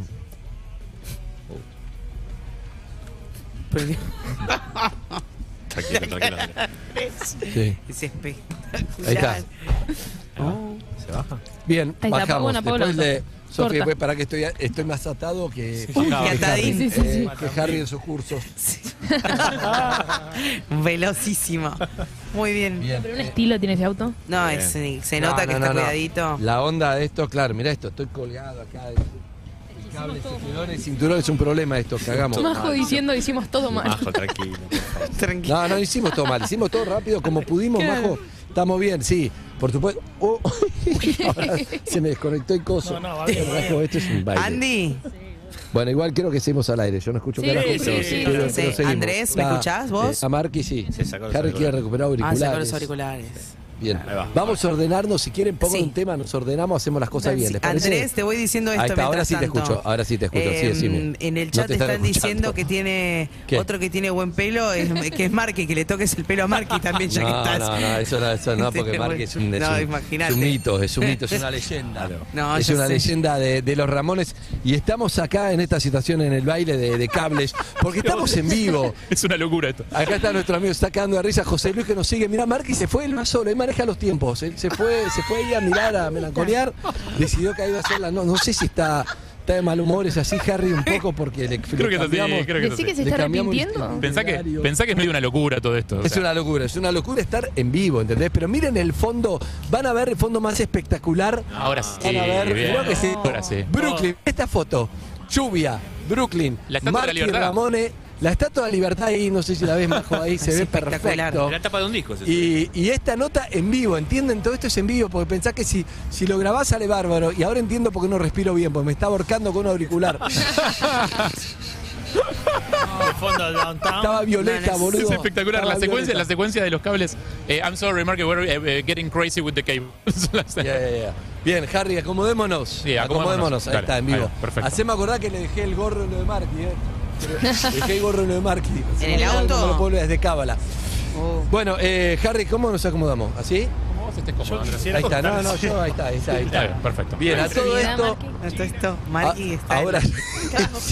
[SPEAKER 9] Tranquilo, tranquilo. tranquilo.
[SPEAKER 3] Sí.
[SPEAKER 7] Es espectacular.
[SPEAKER 3] Ahí está. Oh.
[SPEAKER 9] ¿Se baja?
[SPEAKER 3] Bien,
[SPEAKER 6] Ahí está,
[SPEAKER 3] bajamos.
[SPEAKER 6] bueno, Pablo,
[SPEAKER 3] después de,
[SPEAKER 6] corta.
[SPEAKER 3] Sofi, después para que estoy, estoy más atado que,
[SPEAKER 7] Uy,
[SPEAKER 3] que
[SPEAKER 7] qué
[SPEAKER 3] Harry,
[SPEAKER 7] atadín.
[SPEAKER 6] Sí, sí, sí.
[SPEAKER 3] eh, que Harry en sus cursos.
[SPEAKER 7] Velocísimo. Muy bien.
[SPEAKER 3] Bien.
[SPEAKER 6] Pero un estilo tiene ese auto.
[SPEAKER 7] No, es- se
[SPEAKER 3] No,
[SPEAKER 7] nota
[SPEAKER 3] no,
[SPEAKER 7] que
[SPEAKER 3] no,
[SPEAKER 7] está
[SPEAKER 3] no.
[SPEAKER 7] cuidadito.
[SPEAKER 3] La onda de esto, claro, mira esto, estoy colgado acá. El, el cable, el cinturón, el cinturón es un problema esto, cagamos.
[SPEAKER 6] Majo diciendo hicimos todo
[SPEAKER 4] Ah,
[SPEAKER 6] mal.
[SPEAKER 9] Bajo, tranquilo. por favor.
[SPEAKER 7] Tranquilo.
[SPEAKER 3] No, no hicimos todo mal, hicimos todo rápido como pudimos, Majo. Estamos bien, sí, por supuesto. Oh, ahora se me desconectó el coso.
[SPEAKER 8] No, no, va bien, va bien.
[SPEAKER 3] Majo, esto es un baile.
[SPEAKER 7] Andy,
[SPEAKER 3] Bueno, igual creo que seguimos al aire. Yo no escucho
[SPEAKER 6] Sí,
[SPEAKER 3] carajo.
[SPEAKER 6] sí,
[SPEAKER 3] pero-
[SPEAKER 6] sí,
[SPEAKER 3] pero-
[SPEAKER 7] sí.
[SPEAKER 3] pero
[SPEAKER 7] Sí.
[SPEAKER 3] seguimos.
[SPEAKER 7] Andrés, ¿me
[SPEAKER 3] Está-
[SPEAKER 7] escuchás vos?
[SPEAKER 3] eh, a Marky sí.
[SPEAKER 9] Se sacó los
[SPEAKER 3] Harry quiere
[SPEAKER 9] auriculares.
[SPEAKER 3] recuperar
[SPEAKER 7] ah,
[SPEAKER 3] auriculares.
[SPEAKER 7] sacó los auriculares.
[SPEAKER 3] Bien.
[SPEAKER 9] Ahí va.
[SPEAKER 3] Vamos a ordenarnos. Si quieren, pongan
[SPEAKER 7] Sí.
[SPEAKER 3] un tema, nos ordenamos, hacemos las cosas bien. ¿les parece?
[SPEAKER 7] Andrés, te voy diciendo
[SPEAKER 3] Ahí
[SPEAKER 7] esto
[SPEAKER 3] está, ahora
[SPEAKER 7] mientras
[SPEAKER 3] sí te
[SPEAKER 7] tanto. Em,
[SPEAKER 3] escucho, ahora sí te escucho, sí, decime.
[SPEAKER 7] En el
[SPEAKER 3] No
[SPEAKER 7] chat
[SPEAKER 3] te
[SPEAKER 7] están,
[SPEAKER 3] están
[SPEAKER 7] diciendo
[SPEAKER 3] escuchando.
[SPEAKER 7] que tiene
[SPEAKER 3] ¿Qué?
[SPEAKER 7] otro que tiene buen pelo, es- que es Marky, que le toques el pelo a Marky también, ya que
[SPEAKER 3] no,
[SPEAKER 7] estás. Este
[SPEAKER 3] no, no, eso no, eso no, porque Marky es un, es
[SPEAKER 7] No,
[SPEAKER 3] un-
[SPEAKER 7] imagínate.
[SPEAKER 3] es un mito, es un mito, es una leyenda.
[SPEAKER 7] No,
[SPEAKER 3] es
[SPEAKER 7] ya
[SPEAKER 3] una
[SPEAKER 7] sé.
[SPEAKER 3] leyenda de, de los Ramones. Y estamos acá en esta situación, en el baile de, de cables, porque estamos en vivo.
[SPEAKER 4] Es una locura esto.
[SPEAKER 3] Acá está nuestro amigo sacando de risa José Luis que nos sigue. Mirá, Marqui se fue él más solo, él maneja los tiempos. Él se fue, se fue ahí a mirar, a melancolear. Decidió que iba a hacerla. No, no sé si está, está de mal humor, es así, Harry, un poco porque le,
[SPEAKER 4] Creo que es así,
[SPEAKER 3] cambiamos-
[SPEAKER 4] creo que es
[SPEAKER 6] Decí que
[SPEAKER 4] así.
[SPEAKER 6] se está
[SPEAKER 3] Le cambiamos el
[SPEAKER 6] arrepintiendo.
[SPEAKER 3] estilo.
[SPEAKER 4] Pensá que,
[SPEAKER 3] Horario.
[SPEAKER 4] pensá que es medio una locura todo esto. o
[SPEAKER 3] Es
[SPEAKER 4] sea,
[SPEAKER 3] una locura, es una locura estar en vivo, ¿entendés? Pero miren el fondo, van a ver el fondo más espectacular.
[SPEAKER 4] Ahora sí.
[SPEAKER 3] Van a ver,
[SPEAKER 4] bien.
[SPEAKER 3] mirá que sí.
[SPEAKER 4] Ahora sí.
[SPEAKER 3] Brooklyn, esta foto, lluvia, Brooklyn,
[SPEAKER 4] La Estatua de la
[SPEAKER 3] Marky
[SPEAKER 4] Libertad.
[SPEAKER 3] Ramone, la Estatua de la Libertad ahí, no sé si la ves, Majo, ahí se
[SPEAKER 7] Es
[SPEAKER 3] ve
[SPEAKER 7] espectacular.
[SPEAKER 3] perfecto.
[SPEAKER 9] La tapa de un disco. se sube.
[SPEAKER 3] Y, y esta nota en vivo, ¿entienden? Todo esto es en vivo, porque pensás que si, si lo grabás sale bárbaro. Y ahora entiendo por qué no respiro bien, porque me está ahorcando con un auricular.
[SPEAKER 8] De fondo al downtown.
[SPEAKER 3] Estaba violeta,
[SPEAKER 7] No, no,
[SPEAKER 3] boludo.
[SPEAKER 4] Es espectacular.
[SPEAKER 3] Estaba
[SPEAKER 4] La secuencia,
[SPEAKER 3] violeta.
[SPEAKER 4] la secuencia de los cables. Eh, I'm sorry, Mark, we're eh, getting crazy with the cable.
[SPEAKER 3] Ya, ya, ya. Bien, Harry, acomodémonos.
[SPEAKER 4] Sí, acomodémonos.
[SPEAKER 3] Ahí
[SPEAKER 4] Dale,
[SPEAKER 3] está, en
[SPEAKER 4] ahí
[SPEAKER 3] vivo.
[SPEAKER 4] va, perfecto.
[SPEAKER 3] Haceme acordar que le dejé el gorro en lo de Marky, ¿eh? Dejé el gorro en lo de Marky.
[SPEAKER 7] ¿En el auto?
[SPEAKER 3] No lo puedo olvidar, desde Cábala.
[SPEAKER 7] Oh.
[SPEAKER 3] Bueno, eh, Harry, ¿cómo nos acomodamos? ¿Así?
[SPEAKER 4] Como vos estés cómodo, Andrés.
[SPEAKER 8] quisiera
[SPEAKER 3] Ahí está, no,
[SPEAKER 8] contarles-
[SPEAKER 3] no, yo, ahí está, ahí está. Ahí
[SPEAKER 4] Está bien,
[SPEAKER 3] está.
[SPEAKER 4] perfecto.
[SPEAKER 3] Bien, a todo
[SPEAKER 6] Mira,
[SPEAKER 3] esto.
[SPEAKER 6] Marky.
[SPEAKER 7] Esto, esto, Marky
[SPEAKER 3] Ah,
[SPEAKER 7] está.
[SPEAKER 3] ahora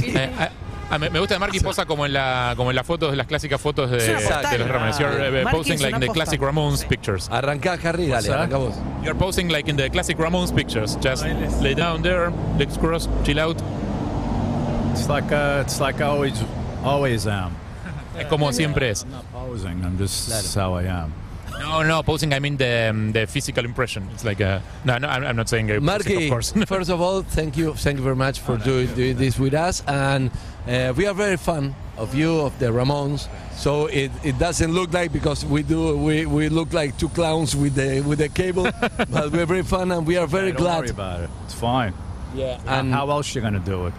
[SPEAKER 4] Eh, ah, ah, me, me gusta de Marky posa como en la como en las fotos, las clásicas fotos de,
[SPEAKER 7] Es una postal.
[SPEAKER 4] de los Ramones. You're eh,
[SPEAKER 7] Marky
[SPEAKER 4] posing
[SPEAKER 7] es
[SPEAKER 4] like in
[SPEAKER 7] una
[SPEAKER 4] the
[SPEAKER 7] postal.
[SPEAKER 4] classic Ramones pictures.
[SPEAKER 3] arrancá, Harry, dale, arrancá vos.
[SPEAKER 4] You're posing like in the classic Ramones pictures. Just lay down there, legs crossed, chill out.
[SPEAKER 5] It's like uh, it's like I always always am.
[SPEAKER 4] Es como siempre es.
[SPEAKER 5] I'm not posing. I'm just that's how I am.
[SPEAKER 4] No, no, posing. I mean the, um, the physical impression. It's like a no, no. I'm, I'm not saying a posing,
[SPEAKER 3] Marky,
[SPEAKER 4] of course.
[SPEAKER 3] first of all, thank you, thank you very much for doing, doing this with us, and uh, we are very fan of you, of the Ramones. So it, it doesn't look like because we do we, we look like two clowns with the with the cable, but we're very fun and we are very
[SPEAKER 5] Hey, don't worry
[SPEAKER 3] glad.
[SPEAKER 5] about it. It's fine.
[SPEAKER 3] Yeah,
[SPEAKER 5] And
[SPEAKER 3] and
[SPEAKER 5] how else you gonna do it?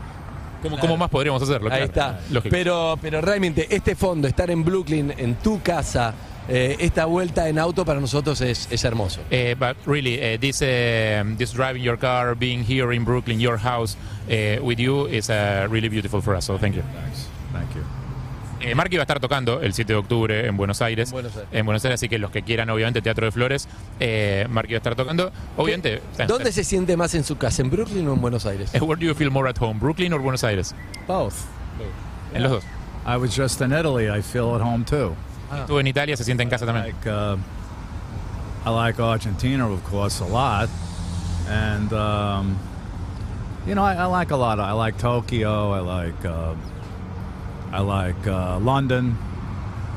[SPEAKER 4] ¿Cómo, cómo más podríamos hacerlo?
[SPEAKER 3] Ahí
[SPEAKER 4] Claro,
[SPEAKER 3] está.
[SPEAKER 4] Lógico.
[SPEAKER 3] Pero, pero realmente este fondo, estar en Brooklyn, en tu casa, eh, esta vuelta en auto para nosotros es, es hermoso.
[SPEAKER 4] Eh, but really, eh, this eh, this driving your car, being here in Brooklyn, your house eh, with you is eh, really beautiful for us. So thank you.
[SPEAKER 5] Thanks. Thank you.
[SPEAKER 4] Eh, Marky va a estar tocando el 7 de octubre en Buenos Aires.
[SPEAKER 3] En Buenos Aires.
[SPEAKER 4] así que los que quieran, obviamente, Teatro de Flores, eh, Marky va a estar tocando. Obviamente.
[SPEAKER 3] ¿Dónde se siente más en su casa, en Brooklyn o en Buenos Aires?
[SPEAKER 4] Eh, Where do you feel more at home, Brooklyn or Buenos Aires?
[SPEAKER 5] Both.
[SPEAKER 4] En los dos.
[SPEAKER 5] I was just in Italy. I feel at home too.
[SPEAKER 3] Ah.
[SPEAKER 4] Estuvo en Italia, se siente en casa también.
[SPEAKER 5] Like uh, I like Argentina, of course, a lot, and um, you know I, I like a lot. I like Tokyo. I like uh, I like uh, London.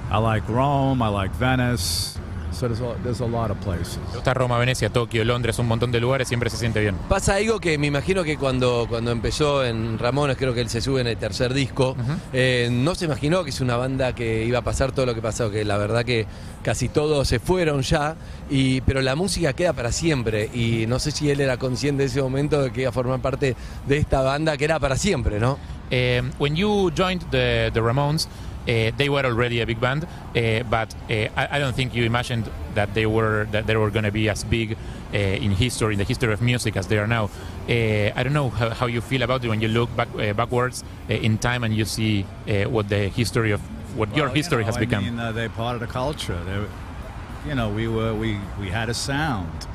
[SPEAKER 5] I like Rome. I like Venice. So there's a, there's a lot of places.
[SPEAKER 4] Está Roma, Venecia, Tokio, Londres, un montón de lugares, siempre se siente bien.
[SPEAKER 3] Pasa algo que me imagino que cuando, cuando empezó en Ramones, creo que él se sube en el tercer disco, eh, no se imaginó que es una banda que iba a pasar todo lo que pasó, que la verdad que casi todos se fueron ya, y, pero la música queda para siempre, y no sé si él era consciente de ese momento de que iba a formar parte de esta banda que era para siempre, ¿no?
[SPEAKER 4] Um, when you joined the, the Ramones, uh, they were already a big band, uh, but uh, I, I don't think you imagined that they were that they were going to be as big uh, in history, in the history of music, as they are now. Uh, I don't know how, how you feel about it when you look back uh, backwards uh, in time and you see uh, what the history of what your
[SPEAKER 5] Well, you
[SPEAKER 4] history
[SPEAKER 5] know,
[SPEAKER 4] has
[SPEAKER 5] I
[SPEAKER 4] become.
[SPEAKER 5] mean, uh, they're part of the culture. They, you know, we were we we had a sound.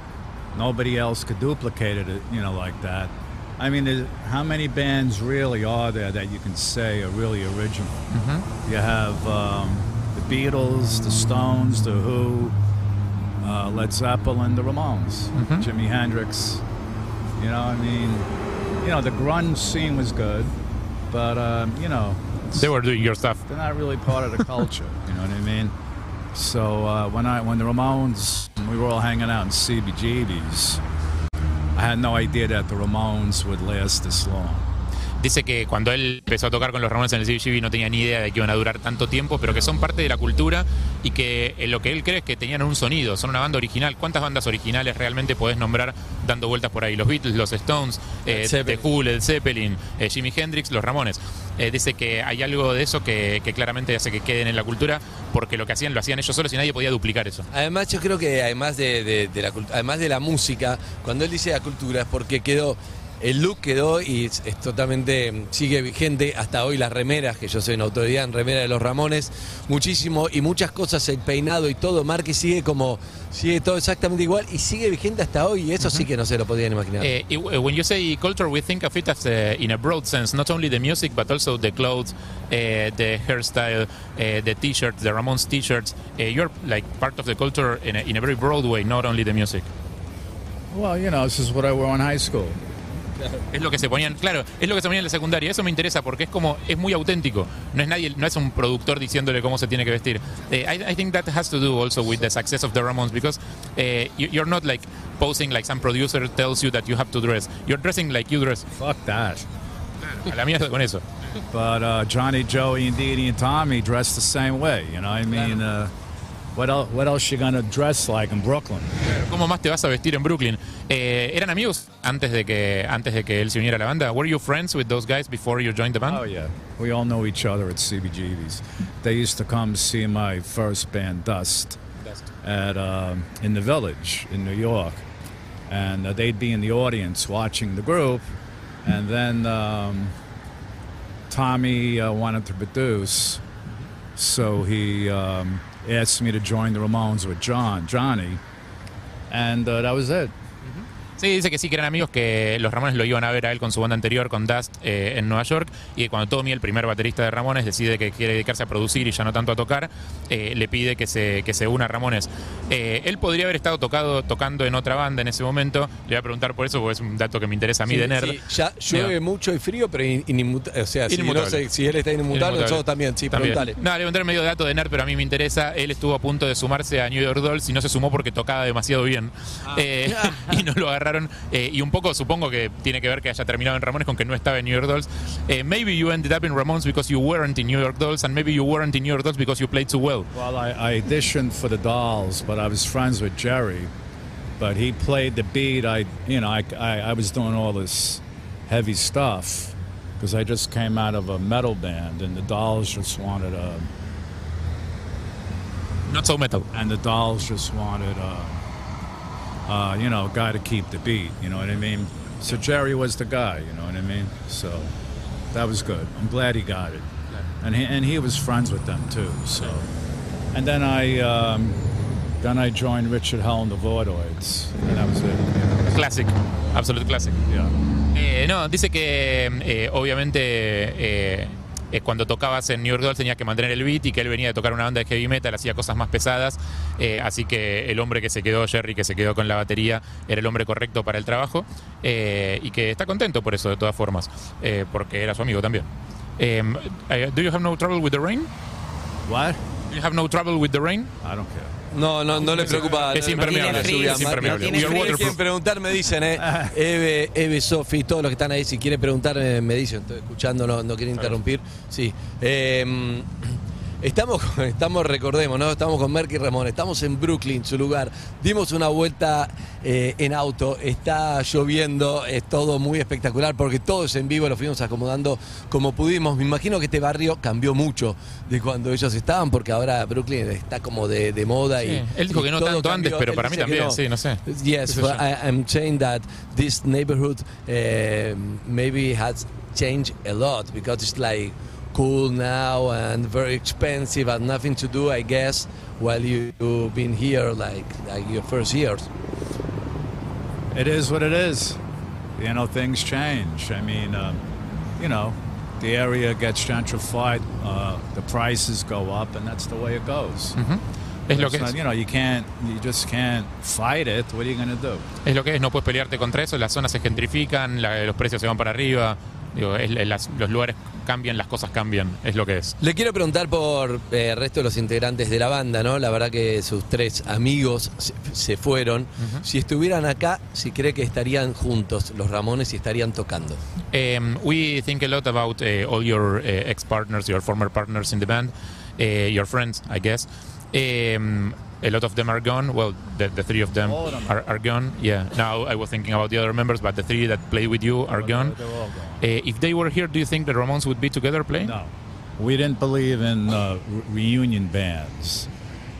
[SPEAKER 5] Nobody else could duplicate it. uh, You know, like that. I mean, there's- how many bands really are there that you can say are really original?
[SPEAKER 4] Mm-hmm.
[SPEAKER 5] You have um, the Beatles, the Stones, the Who, uh, Led Zeppelin, the Ramones,
[SPEAKER 4] Mm-hmm.
[SPEAKER 5] Jimi Hendrix. You know, I mean, you know, the grunge scene was good, but um, you know, it's-
[SPEAKER 4] They were doing your stuff.
[SPEAKER 5] they're not really part of the culture. you know what I mean? So uh, when I when the Ramones, we were all hanging out in CBGBs. I had no idea that the Ramones would last this long.
[SPEAKER 4] Dice que cuando él empezó a tocar con los Ramones en el CBGB no tenía ni idea de que iban a durar tanto tiempo, pero que son parte de la cultura y que eh, lo que él cree es que tenían un sonido, son una banda original. ¿Cuántas bandas originales realmente podés nombrar dando vueltas por ahí? Los Beatles, los Stones, eh, The
[SPEAKER 3] Zeppelin.
[SPEAKER 4] Who, Led Zeppelin, eh, Jimi Hendrix, los Ramones. Eh, dice que hay algo de eso que, que claramente hace que queden en la cultura porque lo que hacían lo hacían ellos solos y nadie podía duplicar eso.
[SPEAKER 3] Además, yo creo que además de, de- de la, cult- además de la música, cuando él dice la cultura es porque quedó, el look quedó y es, es totalmente, mm, sigue vigente hasta hoy las remeras, que yo soy una autoridad en remera de los Ramones, muchísimo y muchas cosas, el peinado y todo, Marque sigue como, sigue todo exactamente igual y sigue vigente hasta hoy y eso sí que no se lo podían imaginar.
[SPEAKER 4] Uh, it- uh, when you say culture, we think of it as uh, in a broad sense, not only the music, but also the clothes, uh, the hairstyle, uh, the t-shirts, the Ramones t-shirts. Uh, you're like part of the culture in a, in a very broad way, not only the music.
[SPEAKER 5] Well, you know, this is what I wore in high school.
[SPEAKER 4] Es lo que se ponían, claro, es lo que se ponía en la secundaria. Eso me interesa porque es como es muy auténtico. No es nadie, no es un productor diciéndole cómo se tiene que vestir. Eh, I, I think that has to do also with the success of the Ramones because eh, you, you're not like posing like some producer tells you that you have to dress. You're dressing like you dress.
[SPEAKER 5] Fuck that.
[SPEAKER 4] A la mierda con eso.
[SPEAKER 5] But uh, Johnny, Joey, and Dee Dee and Tommy dressed the same way. You know, what I mean, uh, what else? What else you gonna dress like in Brooklyn?
[SPEAKER 4] ¿Cómo más te vas a vestir en Brooklyn? Eh, ¿Eran amigos antes de que antes de que él se uniera a la banda? ¿Were you friends with those guys before you joined the band?
[SPEAKER 5] Oh yeah, we all know each other at CBGB's. They used to come see my first band, Dust, at um, in the Village in New York, and uh, they'd be in the audience watching the group, and then um, Tommy uh, wanted to produce, so he um, asked me to join the Ramones with John, Johnny, and uh, that was it.
[SPEAKER 4] Sí, dice que sí, que eran amigos, que los Ramones lo iban a ver a él con su banda anterior, con Dust, eh, en Nueva York, y que cuando Tommy, el primer baterista de Ramones, decide que quiere dedicarse a producir y ya no tanto a tocar, eh, le pide que se, que se una a Ramones. Eh, él podría haber estado tocado, tocando en otra banda en ese momento, le voy a preguntar por eso, porque es un dato que me interesa a mí
[SPEAKER 3] Sí,
[SPEAKER 4] de nerd.
[SPEAKER 3] sí, ya llueve
[SPEAKER 4] Digo.
[SPEAKER 3] mucho y frío, pero in- inimuta- o sea, si, no
[SPEAKER 4] Inmutable.
[SPEAKER 3] sé- si él está inmutable,
[SPEAKER 4] Inmutable.
[SPEAKER 3] nosotros también, sí, preguntale.
[SPEAKER 4] No, le voy a entrar medio dato de nerd, pero a mí me interesa. Él estuvo a punto de sumarse a New York Dolls y no se sumó porque tocaba demasiado bien.
[SPEAKER 3] Ah.
[SPEAKER 4] Eh, y no lo agarraron. Eh, y un poco supongo que tiene que ver que haya terminado en Ramones con que no estaba en New York Dolls. Eh, maybe you ended up in Ramones because you weren't in New York Dolls, and maybe you weren't in New York Dolls because you played too well.
[SPEAKER 5] Well, I, I auditioned for the Dolls, but I was friends with Jerry. But he played the beat. I, you know, I, I, I was doing all this heavy stuff because I just came out of a metal band, and the Dolls just wanted a,
[SPEAKER 4] Not so metal.
[SPEAKER 5] and the Dolls just wanted a, uh, you know, a guy to keep the beat. You know what I mean? So Jerry was the guy. You know what I mean? So that was good. I'm glad he got it, and he, and he was friends with them too. So, and then I, um, then I joined Richard Hell and the Voidoids, and that was it. you know.
[SPEAKER 4] Classic. Absolute classic.
[SPEAKER 5] Yeah.
[SPEAKER 4] Eh, no, dice que eh, obviamente eh, eh, cuando tocabas en New York Dolls tenías que mantener el beat y que él venía de tocar una banda de heavy metal, hacía cosas más pesadas, eh, así que el hombre que se quedó, Jerry, que se quedó con la batería, era el hombre correcto para el trabajo eh, y que está contento por eso de todas formas, eh, porque era su amigo también. Em, eh, do you have no trouble with the rain?
[SPEAKER 5] What?
[SPEAKER 4] Do you have no trouble with the rain?
[SPEAKER 5] I don't care.
[SPEAKER 3] No, no, no le preocupa.
[SPEAKER 4] Es
[SPEAKER 3] no- no tiene
[SPEAKER 4] impermeable,
[SPEAKER 7] es
[SPEAKER 3] frío, Martín. No
[SPEAKER 4] impermeable.
[SPEAKER 7] We are
[SPEAKER 3] tiene frío.
[SPEAKER 4] waterproof. Ah.
[SPEAKER 3] quieren preguntar, me dicen, ¿eh? Eve, Eve, Sofi, todos los que están ahí, si quieren preguntar, eh, me dicen. Estoy escuchando, no, no quiero interrumpir. Sí. Eh, estamos, con- estamos, recordemos, ¿no? Estamos con Merky Ramón, estamos en Brooklyn, su lugar. Dimos una vuelta eh, en auto, está lloviendo, es todo muy espectacular porque todo es en vivo, lo fuimos acomodando como pudimos. Me imagino que este barrio cambió mucho de cuando ellos estaban, porque ahora Brooklyn está como de, de moda
[SPEAKER 4] Sí,
[SPEAKER 3] y.
[SPEAKER 4] él dijo
[SPEAKER 3] y
[SPEAKER 4] que no
[SPEAKER 3] todo
[SPEAKER 4] tanto antes, pero
[SPEAKER 3] Él
[SPEAKER 4] para mí
[SPEAKER 3] dice que
[SPEAKER 4] también, sí, no sé.
[SPEAKER 3] Yes,
[SPEAKER 4] Qué sé
[SPEAKER 3] but
[SPEAKER 4] yo.
[SPEAKER 3] I, I'm saying that this neighborhood eh, maybe has changed a lot because it's like cool now and very expensive and nothing to do, I guess, while you, you've been here like, like your first years.
[SPEAKER 5] It is what it is. You know, things change. I mean, um, you know, the area gets gentrified, uh, the prices go up, and that's the way it goes.
[SPEAKER 4] Mm-hmm. Es lo
[SPEAKER 5] It's
[SPEAKER 4] que es.
[SPEAKER 5] not- you know, you can't, you just can't fight it. What are you going to do?
[SPEAKER 4] Es lo que es, no puedes pelearte contra eso, las zonas se gentrifican, la- los precios se van para arriba, digo, es- las- los lugares cambian, las cosas cambian, es lo que es.
[SPEAKER 3] Le quiero preguntar por eh, el resto de los integrantes de la banda, ¿no? La verdad que sus tres amigos se, se fueron. Si estuvieran acá, si cree que estarían juntos los Ramones y estarían tocando.
[SPEAKER 4] Um, we think a lot about uh, all your uh, ex-partners, your former partners in the band, uh, your friends, I guess. Um, a lot of them are gone. Well, the, the three of them
[SPEAKER 5] All of them.
[SPEAKER 4] are, are gone. Yeah. Now I was thinking about the other members, but the three that play with you are gone.
[SPEAKER 5] They're all gone.
[SPEAKER 4] Uh, if they were here, do you think the Ramones would be together playing?
[SPEAKER 5] No, we didn't believe in uh, re- reunion bands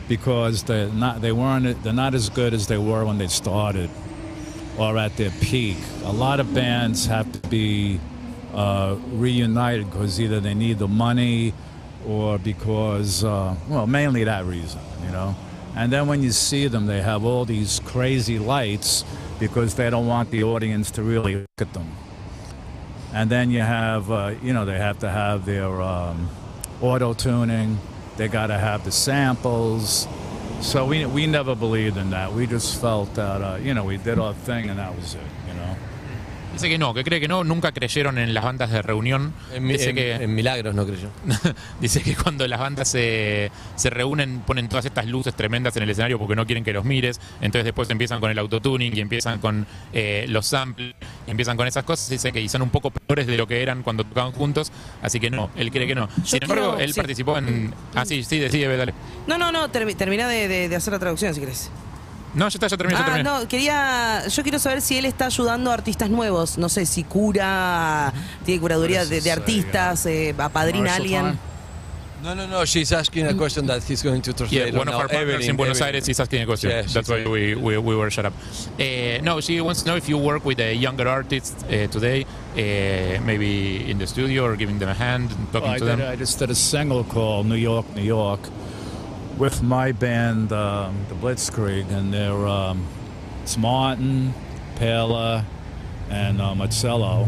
[SPEAKER 5] because they're not they weren't they're not as good as they were when they started or at their peak. A lot of bands have to be uh, reunited because either they need the money or because uh, well mainly that reason, you know. And then when you see them, they have all these crazy lights because they don't want the audience to really look at them and then you have uh, you know they have to have their um, auto tuning they got to have the samples so we, we never believed in that we just felt that uh, you know we did our thing and that was it you know
[SPEAKER 4] Dice que no, que cree que no, nunca creyeron en las bandas de reunión.
[SPEAKER 3] En, mi-
[SPEAKER 4] Dice
[SPEAKER 3] en-
[SPEAKER 4] que-
[SPEAKER 3] en Milagros, no creo yo.
[SPEAKER 4] Dice que cuando las bandas se, se reúnen ponen todas estas luces tremendas en el escenario porque no quieren que los mires, entonces después empiezan con el autotuning y empiezan con eh, los samples, y empiezan con esas cosas, dice que y son un poco peores de lo que eran cuando tocaban juntos, así que no, él cree que no. Sin embargo,
[SPEAKER 7] quiero-
[SPEAKER 4] él
[SPEAKER 7] sí.
[SPEAKER 4] participó en... Ah, sí, sí, decide, ve, dale.
[SPEAKER 7] No, no, no, termi- termina de, de- de hacer la traducción si querés.
[SPEAKER 4] No, ya está, ya terminé, ya
[SPEAKER 7] Ah,
[SPEAKER 4] terminé.
[SPEAKER 7] no, quería. Yo quiero saber si él está ayudando a artistas nuevos. No sé si cura, tiene curaduría de, de artistas, eh, apadrina a
[SPEAKER 5] Marshall
[SPEAKER 7] alguien.
[SPEAKER 3] No,
[SPEAKER 5] Time.
[SPEAKER 3] no, no. She's asking a question that he's going to
[SPEAKER 4] Yeah,
[SPEAKER 3] translate.
[SPEAKER 4] one of
[SPEAKER 3] now.
[SPEAKER 4] our partners
[SPEAKER 3] Evelyn,
[SPEAKER 4] in Buenos
[SPEAKER 3] Evelyn.
[SPEAKER 4] Aires is asking a question.
[SPEAKER 3] Yeah, she
[SPEAKER 4] That's why
[SPEAKER 3] said-
[SPEAKER 4] we, we, we were shut up. Uh, no, she wants to know if you work with a younger artist uh, today, uh, maybe in the studio or giving them a hand, and talking
[SPEAKER 5] Well, Oh, I,
[SPEAKER 4] to
[SPEAKER 5] did- uh,
[SPEAKER 4] them.
[SPEAKER 5] I just did a single called New York, New York with my band, um, the Blitzkrieg, and they're um, it's Martin, Pella, and uh, Marcello.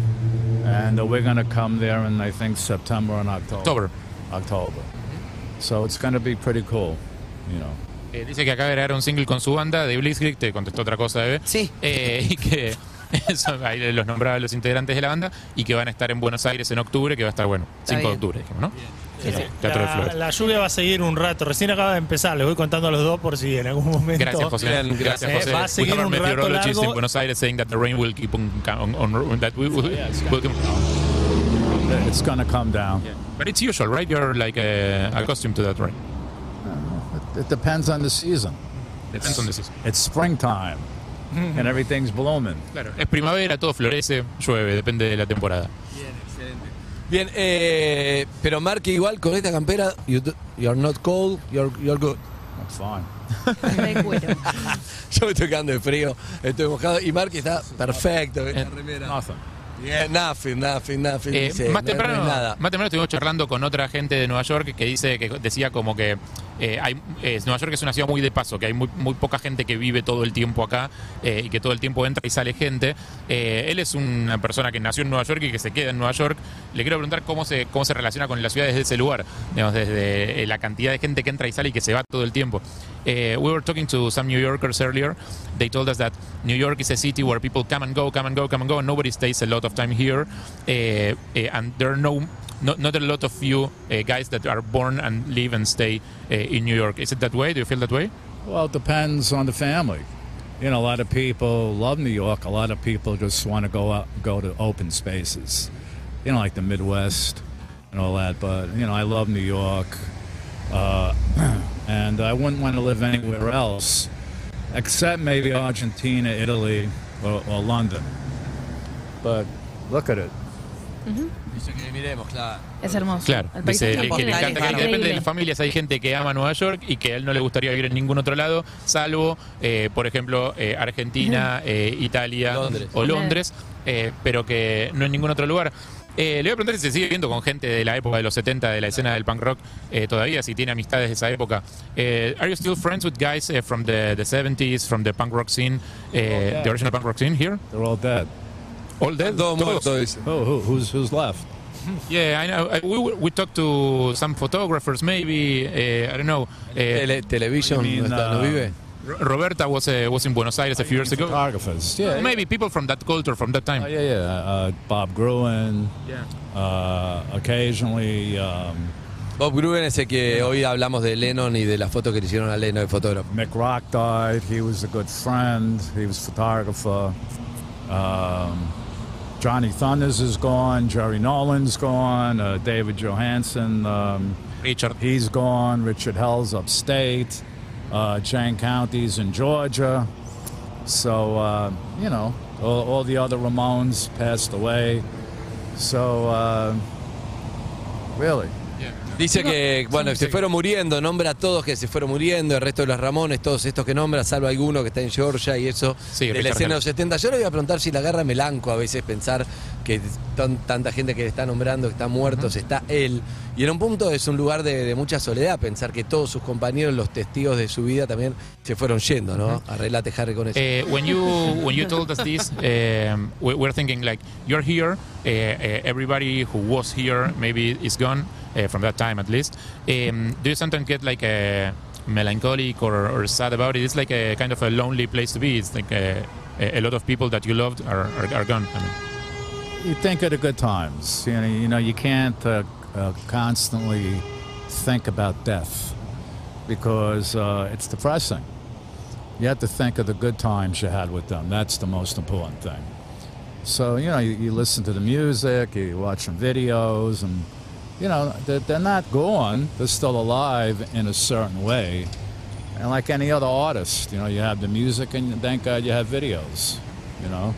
[SPEAKER 5] And uh, we're going to come there in, I think, September and October.
[SPEAKER 4] October.
[SPEAKER 5] October. So it's going to be pretty cool, you know.
[SPEAKER 4] Eh, dice que acaba de grabar un single con su banda de Blitzkrieg, te contestó otra cosa, Eve.
[SPEAKER 7] Sí.
[SPEAKER 4] Eh, y que son- ahí los nombraba los integrantes de la banda y que van a estar en Buenos Aires en octubre, que va a estar, bueno, 5
[SPEAKER 7] Está
[SPEAKER 4] de
[SPEAKER 7] bien.
[SPEAKER 4] octubre, dijimos, ¿no?
[SPEAKER 8] Sí, sí.
[SPEAKER 4] Eh, Teatro de
[SPEAKER 8] La,
[SPEAKER 4] Flores.
[SPEAKER 8] la lluvia va a seguir un rato. Recién acaba de empezar. Les voy contando a los dos por si en algún momento.
[SPEAKER 4] Gracias, José.
[SPEAKER 3] Bien,
[SPEAKER 4] gracias,
[SPEAKER 3] gracias.
[SPEAKER 4] José.
[SPEAKER 8] Va a
[SPEAKER 4] We
[SPEAKER 8] seguir
[SPEAKER 4] have our
[SPEAKER 8] un rato
[SPEAKER 4] meteorologist
[SPEAKER 8] largo.
[SPEAKER 4] in Buenos Aires saying that the rain will keep on, on, on- that we will, will come-
[SPEAKER 5] It's going to come down.
[SPEAKER 4] But it's usual, right? You're like uh, accustomed to that rain.
[SPEAKER 5] It, it depends on the season.
[SPEAKER 4] Depends on the season. Mm-hmm.
[SPEAKER 5] It's springtime, and everything's blooming.
[SPEAKER 4] Claro. Es primavera, todo florece, llueve, depende de la temporada.
[SPEAKER 3] Bien, eh, pero marque igual con esta campera. You do- you're not cold, you're, you're good.
[SPEAKER 5] That's fine.
[SPEAKER 6] de cuero.
[SPEAKER 3] Yo me estoy quedando de frío, estoy mojado. Y Marque está perfecto.
[SPEAKER 4] Eh,
[SPEAKER 5] Nothing.
[SPEAKER 3] Yeah, nothing, nothing, nothing.
[SPEAKER 4] Eh,
[SPEAKER 3] dice, no-
[SPEAKER 4] más,
[SPEAKER 3] no
[SPEAKER 4] temprano,
[SPEAKER 3] es nada.
[SPEAKER 4] más temprano estuvimos charlando con otra gente de Nueva York que dice que decía como que eh, hay, eh, Nueva York es una ciudad muy de paso, que hay muy, muy poca gente que vive todo el tiempo acá eh, y que todo el tiempo entra y sale gente. Eh, él es una persona que nació en Nueva York y que se queda en Nueva York. Le quiero preguntar cómo se, cómo se relaciona con la ciudad desde ese lugar, digamos, desde eh, la cantidad de gente que entra y sale y que se va todo el tiempo. Eh, we were talking to some New Yorkers earlier. They told us that New York is a city where people come and go, come and go, come and go, and nobody stays a lot of time here. Eh, eh, and there are no, not, not a lot uh, of you uh, guys that are born and live and stay eh, in New York. Is it that way? Do you feel that way?
[SPEAKER 5] Well, it depends on the family. You know, a lot of people love New York. A lot of people just want to go out, go to open spaces. You know, like the Midwest and all that. But you know, I love New York, uh, and I wouldn't want to live anywhere else, except maybe Argentina, Italy, or, or London. But look at it.
[SPEAKER 3] Dice que miremos, claro.
[SPEAKER 6] Es hermoso.
[SPEAKER 4] Claro,
[SPEAKER 6] El paisaje
[SPEAKER 4] dice
[SPEAKER 6] es
[SPEAKER 4] le- que le
[SPEAKER 6] increíble.
[SPEAKER 4] encanta que depende de las familias. Hay gente que ama Nueva York y que a él no le gustaría vivir en ningún otro lado, salvo, eh, por ejemplo, eh, Argentina, eh, Italia
[SPEAKER 3] Londres.
[SPEAKER 4] o Londres, eh, pero que no en ningún otro lugar. Eh, le voy a preguntar si se sigue viendo con gente de la época de los 70, de la escena del punk rock eh, todavía, si tiene amistades de esa época. Eh, ¿Are you still friends with guys eh, from the, the 70s, from the punk rock scene, eh,
[SPEAKER 5] Oh, yeah.
[SPEAKER 4] the original punk rock scene here?
[SPEAKER 5] They're all dead.
[SPEAKER 4] All dead?
[SPEAKER 3] Todo
[SPEAKER 4] Eh, Todos.
[SPEAKER 3] muerto, dice.
[SPEAKER 5] Oh, who, who's who's left?
[SPEAKER 4] Yeah, I know. I, we, we talked to some photographers, maybe. Uh, I don't know. Uh,
[SPEAKER 3] Tele- Television
[SPEAKER 5] You mean,
[SPEAKER 3] no, está, no
[SPEAKER 5] uh,
[SPEAKER 3] vive.
[SPEAKER 4] Ro- Roberta was uh, was in Buenos Aires a few years ago.
[SPEAKER 5] Photographers. Ah, Yeah. yeah.
[SPEAKER 4] Maybe people from that culture, from that
[SPEAKER 5] Oh,
[SPEAKER 4] time.
[SPEAKER 5] yeah, yeah. Uh, Bob Gruen.
[SPEAKER 4] Yeah.
[SPEAKER 5] Uh, occasionally, um,
[SPEAKER 3] Bob Gruen ese que hoy hablamos de Lennon y de las fotos que le hicieron a Lennon de fotógrafo.
[SPEAKER 5] Mick Rock died. He was a good friend. He was photographer. Um, Johnny Thunders is gone. Jerry Nolan's gone. Uh, David Johansen, um,
[SPEAKER 4] Richard.
[SPEAKER 5] he's gone. Richard Hell's upstate. Uh, Jane County's in Georgia. So, uh, you know, all, all the other Ramones passed away. So, uh, really.
[SPEAKER 3] Dice que, bueno, se fueron muriendo, nombra a todos que se fueron muriendo, el resto de los Ramones, todos estos que nombra, salvo alguno que está en Georgia y eso,
[SPEAKER 4] Sí,
[SPEAKER 3] de la
[SPEAKER 4] Richard
[SPEAKER 3] escena de los 70. Yo le voy a preguntar si la agarra melanco a veces pensar que tan- tanta gente que le está nombrando, que está muerto, se está él. Y en un punto es un lugar de, de mucha soledad pensar que todos sus compañeros, los testigos de su vida también, se fueron yendo, ¿no? Arreglate, Harry, con eso.
[SPEAKER 4] Uh, when you when you told us this, um, we, we're thinking like you're here. Uh, uh, everybody who was here maybe is gone uh, from that time at least. Um, do you sometimes get like a melancholic or, or sad about it? It's like a kind of a lonely place to be. It's like a, a a lot of people that you loved are are, are gone. I mean.
[SPEAKER 5] you think of the good times. You know, you, know, you can't uh, uh, constantly think about death because uh, it's depressing. You have to think of the good times you had with them. That's the most important thing. So you know, you, you listen to the music, you watch some videos, and you know they're, they're not gone. They're still alive in a certain way. And like any other artist, you know, you have the music, and thank God you have videos. You know.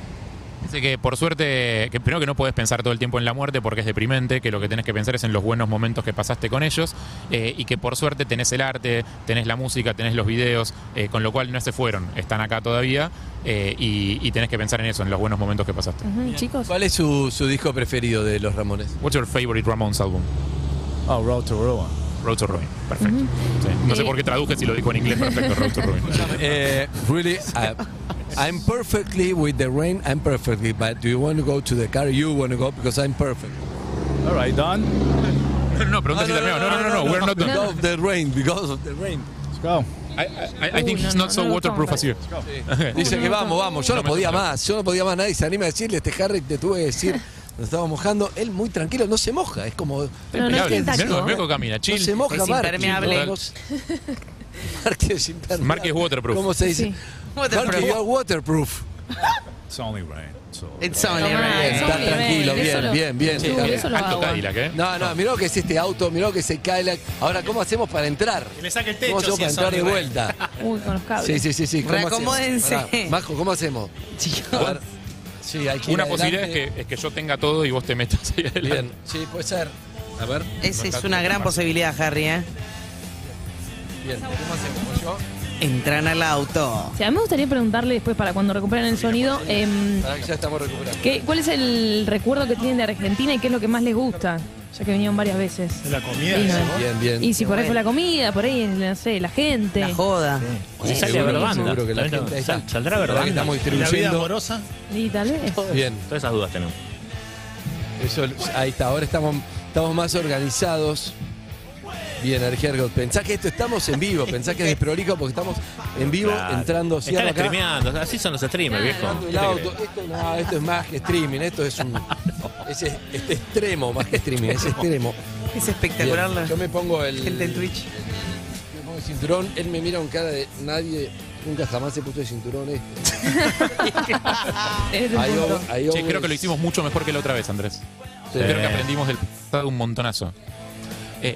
[SPEAKER 4] Dice que por suerte, que primero que no puedes pensar todo el tiempo en la muerte porque es deprimente, que lo que tenés que pensar es en los buenos momentos que pasaste con ellos eh, y que por suerte tenés el arte, tenés la música, tenés los videos, eh, con lo cual no se fueron, están acá todavía eh, y, y tenés que pensar en eso, en los buenos momentos que pasaste.
[SPEAKER 6] Ujú, Chicos,
[SPEAKER 3] ¿Cuál es su, su disco preferido de los Ramones?
[SPEAKER 4] What's your favorite Ramones album?
[SPEAKER 5] Oh, Road to Ruin.
[SPEAKER 4] Road to Ruin. Perfecto. Sí. No
[SPEAKER 6] Eh,
[SPEAKER 4] sé por qué traduje si lo dijo en inglés. Perfecto, Road to Ruin.
[SPEAKER 3] Eh, really, uh, I'm perfectly with the rain. I'm perfectly, but do you want to go to the car? You want to go because I'm perfect.
[SPEAKER 5] All right, done.
[SPEAKER 4] No, no, pregunta si terminó. No, no, no, no, we're not done.
[SPEAKER 3] Because of the rain, because of the rain.
[SPEAKER 5] Let's go.
[SPEAKER 4] I, I- I think
[SPEAKER 6] Uh,
[SPEAKER 4] it's
[SPEAKER 6] no,
[SPEAKER 4] not
[SPEAKER 6] no,
[SPEAKER 4] so
[SPEAKER 6] no, no,
[SPEAKER 4] waterproof
[SPEAKER 6] no.
[SPEAKER 4] as you.
[SPEAKER 3] Dice que vamos, vamos. Yo no podía más, yo no podía más. Nadie se anima a decirle, este Harry te tuve que decir. Nos estaba mojando. Él muy tranquilo, no se moja. Es como.
[SPEAKER 6] No, no es
[SPEAKER 4] Impecable.
[SPEAKER 6] tentáculo.
[SPEAKER 4] Mirá cómo- mirá cómo camina,
[SPEAKER 3] No
[SPEAKER 4] chill.
[SPEAKER 3] se moja,
[SPEAKER 7] Es
[SPEAKER 3] Mark.
[SPEAKER 7] impermeable.
[SPEAKER 3] Total. Mark es impermeable.
[SPEAKER 4] Mark es waterproof.
[SPEAKER 3] ¿Cómo se dice?
[SPEAKER 6] Sí.
[SPEAKER 3] Mark,
[SPEAKER 7] Waterproof.
[SPEAKER 3] you are waterproof.
[SPEAKER 5] It's only rain. It's all
[SPEAKER 7] It's only
[SPEAKER 6] Tomá,
[SPEAKER 7] right.
[SPEAKER 6] eso
[SPEAKER 3] Está
[SPEAKER 6] muy
[SPEAKER 3] tranquilo,
[SPEAKER 6] eso
[SPEAKER 3] bien,
[SPEAKER 6] lo-
[SPEAKER 3] bien, bien,
[SPEAKER 6] Sí,
[SPEAKER 3] está
[SPEAKER 6] eso lo
[SPEAKER 4] Alto
[SPEAKER 6] hago.
[SPEAKER 4] Cadillac, ¿eh?
[SPEAKER 3] No, no, mirá lo que es este auto, mirá lo que es el Cadillac. Ahora, ¿cómo hacemos para entrar?
[SPEAKER 8] Que le saque el
[SPEAKER 3] ¿Cómo
[SPEAKER 8] techo
[SPEAKER 3] hacemos
[SPEAKER 8] si
[SPEAKER 3] para
[SPEAKER 8] es
[SPEAKER 3] entrar de
[SPEAKER 8] horrible.
[SPEAKER 3] vuelta?
[SPEAKER 6] uy, con los cables.
[SPEAKER 3] Sí, sí, sí, sí. ¿cómo hacemos?
[SPEAKER 7] Reacomódense.
[SPEAKER 3] Pará, Majo, ¿cómo hacemos? A ver. Sí, hay que ir
[SPEAKER 4] Una
[SPEAKER 3] adelante.
[SPEAKER 4] posibilidad es que, es que yo tenga todo y vos te metas ahí adelante.
[SPEAKER 3] Bien, sí, puede ser. A ver,
[SPEAKER 7] Esa es una gran posibilidad, Harry, ¿eh?
[SPEAKER 3] bien. ¿Cómo hacemos? ¿Yo?
[SPEAKER 7] Entran al auto.
[SPEAKER 6] Sí, a mí me gustaría preguntarle después para cuando recuperen el sonido, em,
[SPEAKER 3] Pará, que ya estamos recuperando.
[SPEAKER 6] ¿qué- ¿cuál es el recuerdo que tienen de Argentina y qué es lo que más les gusta? Ya que vinieron varias veces.
[SPEAKER 8] La comida.
[SPEAKER 6] Y, no-
[SPEAKER 3] Bien, bien.
[SPEAKER 6] y si por ahí fue la comida, por ahí, no sé, la gente.
[SPEAKER 7] La joda.
[SPEAKER 3] Sí,
[SPEAKER 10] sale
[SPEAKER 3] seguro,
[SPEAKER 10] Verbanda.
[SPEAKER 3] seguro que la
[SPEAKER 10] Bueno,
[SPEAKER 3] gente ahí está.
[SPEAKER 10] sal- saldrá
[SPEAKER 3] Ahora que
[SPEAKER 10] Verbanda.
[SPEAKER 3] Estamos
[SPEAKER 8] La vida
[SPEAKER 3] distribuyendo.
[SPEAKER 8] amorosa.
[SPEAKER 6] Y tal vez.
[SPEAKER 3] Bien,
[SPEAKER 10] Todas esas dudas tenemos.
[SPEAKER 3] eso, ahí está. Ahora estamos, estamos más organizados. Bien, Argergo, pensá que esto estamos en vivo, pensá que es desprolijo porque estamos en vivo
[SPEAKER 10] Claro.
[SPEAKER 3] entrando
[SPEAKER 10] Están
[SPEAKER 3] cierro acá.
[SPEAKER 10] streameando, así son los streamers, viejo.
[SPEAKER 3] Esto
[SPEAKER 10] ¿Qué
[SPEAKER 3] es
[SPEAKER 10] te
[SPEAKER 3] el auto,
[SPEAKER 10] crees?
[SPEAKER 3] esto no, esto es más que streaming, esto es un es, es- es extremo, más que streaming, es extremo.
[SPEAKER 7] Es espectacular
[SPEAKER 3] Bien,
[SPEAKER 7] la
[SPEAKER 3] Yo me pongo el
[SPEAKER 7] gente en Twitch.
[SPEAKER 3] me pongo el el cinturón, él me mira con cara de nadie, nunca jamás se puso el cinturón este. Ahí va- ahí va-
[SPEAKER 4] Che, creo que lo hicimos mucho mejor que la otra vez, Andrés. Creo que aprendimos del pasado un montonazo. Eh,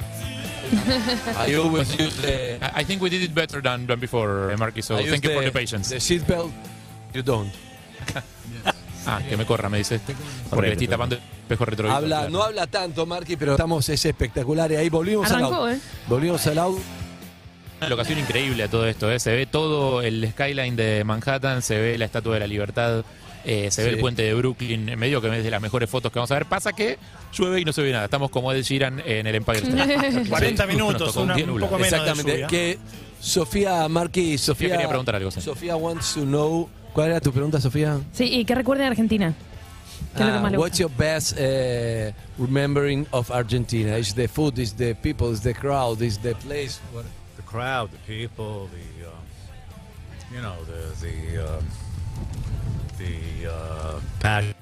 [SPEAKER 3] I always use the-
[SPEAKER 4] I- I think we did it better than, than before, eh, Marquis. So
[SPEAKER 3] I
[SPEAKER 4] thank
[SPEAKER 3] use
[SPEAKER 4] you for
[SPEAKER 3] the-
[SPEAKER 4] the patience.
[SPEAKER 3] the seatbelt, you don't.
[SPEAKER 4] Ah, que me corra, me dice este. Porque le estoy tapando el espejo retrovisor.
[SPEAKER 3] Habla,
[SPEAKER 4] claro.
[SPEAKER 3] no habla tanto, Marqui, pero estamos, es espectacular. Y ahí volvimos al
[SPEAKER 6] Arrancó,
[SPEAKER 3] auto.
[SPEAKER 6] ¿eh?
[SPEAKER 3] Volvimos al auto.
[SPEAKER 4] Una locación increíble a todo esto, ¿eh? se ve todo el skyline de Manhattan, se ve la Estatua de la Libertad, eh, se ve
[SPEAKER 3] Sí.
[SPEAKER 4] el puente de Brooklyn, en medio que es de las mejores fotos que vamos a ver. Pasa que llueve y no se ve nada, estamos como Ed Sheeran en el Empire State.
[SPEAKER 8] 40
[SPEAKER 4] Sí.
[SPEAKER 8] minutos,
[SPEAKER 4] Nos tocó
[SPEAKER 8] una-
[SPEAKER 4] día
[SPEAKER 8] un
[SPEAKER 4] nublado.
[SPEAKER 8] poco menos de
[SPEAKER 3] Exactamente.
[SPEAKER 8] lluvia.
[SPEAKER 3] Que Sofía Marqui, Sofía.
[SPEAKER 4] quería preguntar algo, sí.
[SPEAKER 3] Sofía wants to know. ¿Cuál era tu pregunta, Sofía? Ah,
[SPEAKER 6] Sí, y que recuerden Argentina. Que es lo que más le
[SPEAKER 3] what's
[SPEAKER 6] gusta.
[SPEAKER 3] your best eh, remembering of Argentina? Is the food, is the people, is the crowd, is the place? What-
[SPEAKER 5] The crowd, the people, the um, you know the the um, the uh, passion.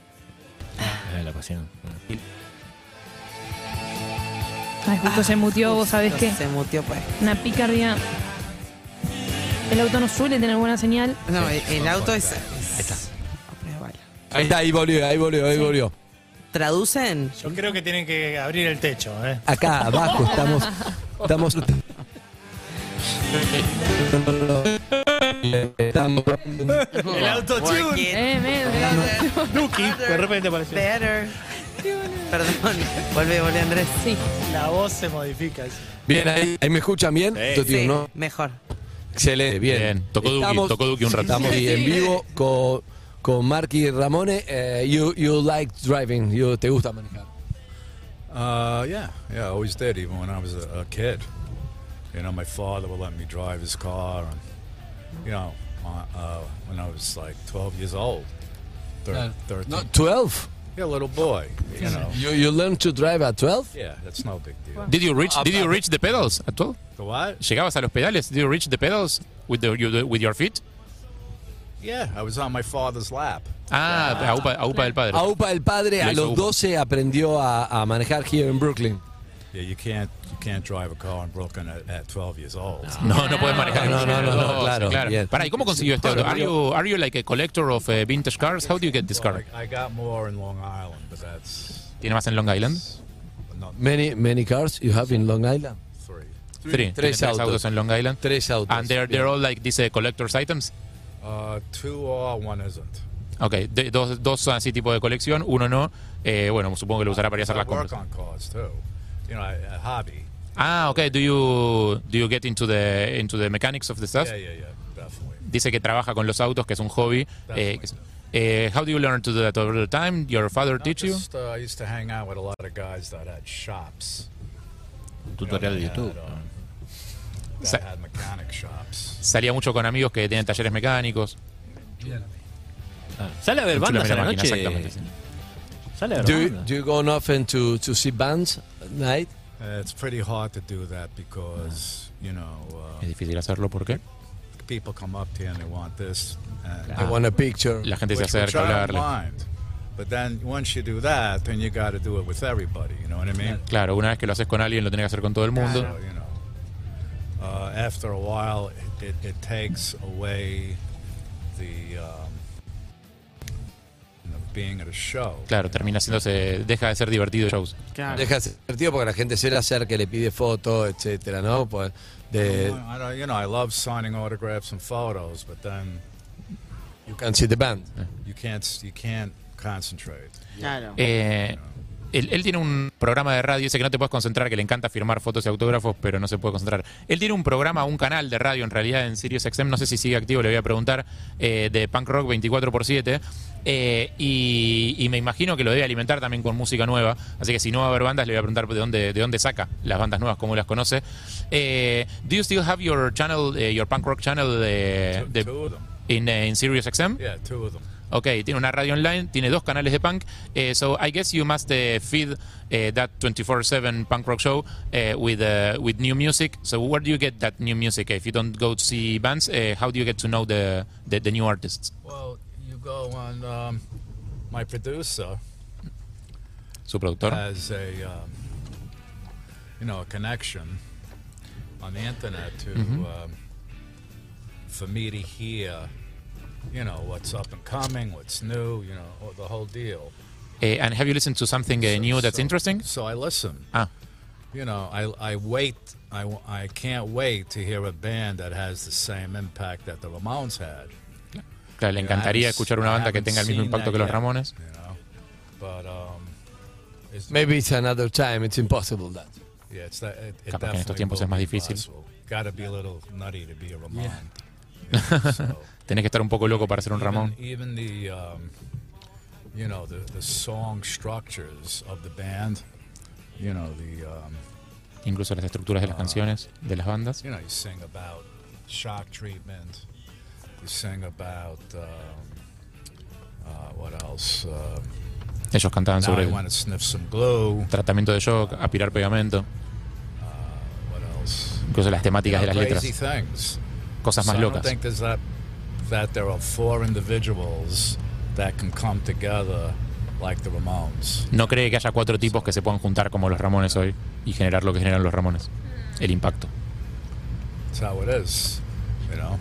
[SPEAKER 10] Eh, la pasión.
[SPEAKER 6] Ay, justo se mutió, vos sabés
[SPEAKER 7] No,
[SPEAKER 6] que
[SPEAKER 7] Se mutió, pues.
[SPEAKER 6] una picardía. El auto no suele tener buena señal.
[SPEAKER 7] No, el, el auto es. es-
[SPEAKER 3] Ahí está, ahí volvió, ahí volvió, ahí volvió.
[SPEAKER 7] ¿Traducen?
[SPEAKER 8] Yo creo que tienen que abrir el techo, ¿eh?
[SPEAKER 3] Acá abajo estamos. Estamos. Estamos.
[SPEAKER 8] El auto
[SPEAKER 7] Work
[SPEAKER 8] tune.
[SPEAKER 7] it
[SPEAKER 6] Eh, me-
[SPEAKER 8] Duki, de repente apareció.
[SPEAKER 7] better. Perdón. Volvé, volvé, Andrés.
[SPEAKER 6] Sí.
[SPEAKER 8] La voz se modifica. sí.
[SPEAKER 3] Bien, ahí, ahí me escuchan bien. Yo digo,
[SPEAKER 7] Sí,
[SPEAKER 3] ¿no?
[SPEAKER 7] mejor.
[SPEAKER 3] Excelente, bien.
[SPEAKER 4] Bien, tocó Duki, tocó Duki un rato.
[SPEAKER 3] Estamos
[SPEAKER 6] Sí.
[SPEAKER 3] en vivo con, con Marky Ramone. Eh, you, you like driving, you, te gusta manejar.
[SPEAKER 5] Uh, yeah, yeah, I always did, even when I was a, a kid. You know, my father would let me drive his car, and you know, uh, uh, when I was like 12 years old, thir- 13,
[SPEAKER 3] No, 12.
[SPEAKER 5] yeah, little boy, you know.
[SPEAKER 3] You, you learn to drive at 12?
[SPEAKER 5] Yeah, that's no big deal.
[SPEAKER 4] Did you reach Did you reach the pedals at all?
[SPEAKER 5] The what?
[SPEAKER 4] ¿Llegabas a los pedales? Did you reach the pedals with the, you- with your feet?
[SPEAKER 5] Yeah, I was on my father's lap.
[SPEAKER 4] Ah, a upa, a upa del padre.
[SPEAKER 3] Aupa el padre
[SPEAKER 4] Lo
[SPEAKER 3] a
[SPEAKER 4] hizo
[SPEAKER 3] los
[SPEAKER 4] Upa.
[SPEAKER 3] 12 aprendió a, a manejar here en Brooklyn.
[SPEAKER 5] Yeah, you can't you can't drive a car in Brooklyn at, at 12 years old.
[SPEAKER 4] No, no puedes manejar.
[SPEAKER 3] No, no, no, no,
[SPEAKER 4] Oh,
[SPEAKER 3] claro, bien.
[SPEAKER 4] Pará, ¿y cómo consiguió este auto? Are you, are you like a collector of eh, vintage cars? How do you get this car?
[SPEAKER 5] Well, I, I got more in Long Island, but that's
[SPEAKER 4] ¿Tiene más en Long Island?
[SPEAKER 5] not
[SPEAKER 3] Many, many cars you have in Long Island.
[SPEAKER 5] three.
[SPEAKER 4] Three. Tiene
[SPEAKER 3] Tres
[SPEAKER 4] Tres,
[SPEAKER 3] autos.
[SPEAKER 4] autos. en Long Island.
[SPEAKER 3] Tres autos.
[SPEAKER 4] And they're, they're all like these eh, collector's items.
[SPEAKER 5] Uh, two are, one isn't.
[SPEAKER 4] Ok, de- dos, dos son así tipo de colección, uno no. Eh, bueno, supongo que lo usará para ir a hacer
[SPEAKER 5] I
[SPEAKER 4] las
[SPEAKER 5] work
[SPEAKER 4] compras.
[SPEAKER 5] on cars too. You know, I- a hobby.
[SPEAKER 4] Ah, ok, do you, do you get into the, into the mechanics of the stuff?
[SPEAKER 5] Yeah, yeah, yeah, definitely.
[SPEAKER 4] Dice que trabaja con los autos, que es un hobby. Eh, que es- eh, how do you learn to do that over time? Your father teach you?
[SPEAKER 5] Just, uh, I used to hang out with a lot of guys that had shops.
[SPEAKER 10] Tutorial de
[SPEAKER 5] that
[SPEAKER 10] YouTube.
[SPEAKER 5] had, um,
[SPEAKER 4] Sa-
[SPEAKER 5] that had mechanic shops.
[SPEAKER 4] Salía mucho con amigos que tienen talleres mecánicos.
[SPEAKER 10] Ah, ¿Sale a ver
[SPEAKER 4] Chula,
[SPEAKER 10] bandas a
[SPEAKER 4] mira,
[SPEAKER 10] la
[SPEAKER 4] máquina,
[SPEAKER 10] noche?
[SPEAKER 4] exactamente, sí.
[SPEAKER 10] ¿Sale a ver
[SPEAKER 3] Do you,
[SPEAKER 10] bandas?
[SPEAKER 3] do you go often to, to see bands at night?
[SPEAKER 5] Uh, it's pretty hard to do that because, you know,
[SPEAKER 4] Es
[SPEAKER 5] uh,
[SPEAKER 4] difícil hacerlo porque
[SPEAKER 5] people come up to you and they want this. And
[SPEAKER 4] Ah.
[SPEAKER 3] I want a picture.
[SPEAKER 4] la gente se
[SPEAKER 5] which- which
[SPEAKER 4] acerca a
[SPEAKER 5] I don't
[SPEAKER 4] hablarle.
[SPEAKER 5] mind. But then once you do that, then you got to do it with everybody. You know what I mean?
[SPEAKER 4] Claro, una vez que lo haces con alguien, lo tenés que hacer con todo el mundo.
[SPEAKER 5] So, you know, uh, after a while, it, it, it takes away the um, you know, being at a show.
[SPEAKER 4] Claro, termina haciéndose, deja de ser divertido shows.
[SPEAKER 3] Deja de ser divertido porque la gente se le acerca, le pide fotos, etcétera, ¿no? Pues
[SPEAKER 4] Eh,
[SPEAKER 3] de,
[SPEAKER 7] Ah,
[SPEAKER 5] I don't, you know, I love signing autographs and photos, but then
[SPEAKER 3] you can see the band.
[SPEAKER 5] you can't you can't concentrate.
[SPEAKER 7] Claro.
[SPEAKER 4] Eh, él, él tiene un programa de radio, dice que no te puedes concentrar, que le encanta firmar fotos y autógrafos, pero no se puede concentrar. Él tiene un programa, un canal de radio en realidad en Sirius XM, no sé si sigue activo, le voy a preguntar, eh, de punk rock 24x7. eh, y, y me imagino que lo debe alimentar también con música nueva. Así que si no va a haber bandas, le voy a preguntar de dónde, de dónde saca las bandas nuevas, cómo las conoce. Eh, ¿Do you still have your channel, eh, your punk rock channel eh,
[SPEAKER 5] Two-
[SPEAKER 4] de-
[SPEAKER 5] two of them.
[SPEAKER 4] in, eh, in Sirius XM?
[SPEAKER 5] Yeah, two of them.
[SPEAKER 4] Ok, tiene una radio online, tiene dos canales de punk. eh, so I guess you must eh, feed eh, that 24/7 punk rock show eh, with eh, with new music. So where do you get that new music? If you don't go to see bands, eh, how do you get to know the the, the new artists?
[SPEAKER 5] Well, you go on. Um, my producer Ah.
[SPEAKER 4] Su productor.
[SPEAKER 5] has a um, you know a connection on the internet to
[SPEAKER 4] Mhm.
[SPEAKER 5] um, for me to hear, you know, what's up and coming, what's new, you know, or the whole deal.
[SPEAKER 4] Eh, and have you listened to something eh, new that's
[SPEAKER 5] so-
[SPEAKER 4] interesting?
[SPEAKER 5] So I listen.
[SPEAKER 4] Ah.
[SPEAKER 5] You know, I, I wait. I, w- I can't wait to hear a band that has the same impact that the Ramones had.
[SPEAKER 4] Claro, le
[SPEAKER 5] You know, I
[SPEAKER 4] encantaría
[SPEAKER 5] haven't-
[SPEAKER 4] escuchar una banda
[SPEAKER 5] I
[SPEAKER 4] que tenga el mismo
[SPEAKER 5] haven't
[SPEAKER 4] impacto
[SPEAKER 5] seen
[SPEAKER 4] que los
[SPEAKER 5] that yet,
[SPEAKER 4] Ramones.
[SPEAKER 5] you know. But, um, it's-
[SPEAKER 3] Maybe it's another time. It's impossible that.
[SPEAKER 5] yeah, it's that, it, it
[SPEAKER 4] Capaz que en estos
[SPEAKER 5] definitely
[SPEAKER 4] tiempos
[SPEAKER 5] will
[SPEAKER 4] es más
[SPEAKER 5] be
[SPEAKER 4] difícil.
[SPEAKER 5] possible. Gotta be a little nutty to be a Ramone.
[SPEAKER 4] Tenés que estar un poco loco para ser un
[SPEAKER 5] even,
[SPEAKER 4] Ramón.
[SPEAKER 5] Even the, um, you know, the, the song structures of the band, you know, the, um,
[SPEAKER 4] Incluso las estructuras
[SPEAKER 5] Ah.
[SPEAKER 4] de las canciones, de las bandas.
[SPEAKER 5] you know, you sing about shock treatment. You sing about um, uh, what else? Um,
[SPEAKER 4] Ellos cantaban
[SPEAKER 5] now
[SPEAKER 4] sobre
[SPEAKER 5] I want to sniff some glue.
[SPEAKER 4] tratamiento de shock, aspirar pegamento,
[SPEAKER 5] What else?
[SPEAKER 4] incluso las temáticas de
[SPEAKER 5] You know,
[SPEAKER 4] las letras.
[SPEAKER 5] crazy things.
[SPEAKER 4] Cosas más
[SPEAKER 5] so I
[SPEAKER 4] locas.
[SPEAKER 5] don't think there's that that there are four individuals that can come together like the Ramones.
[SPEAKER 4] No cree que haya cuatro tipos que se puedan juntar como los Ramones hoy y generar lo que generan los Ramones. El impacto.
[SPEAKER 5] That's how it is, you know.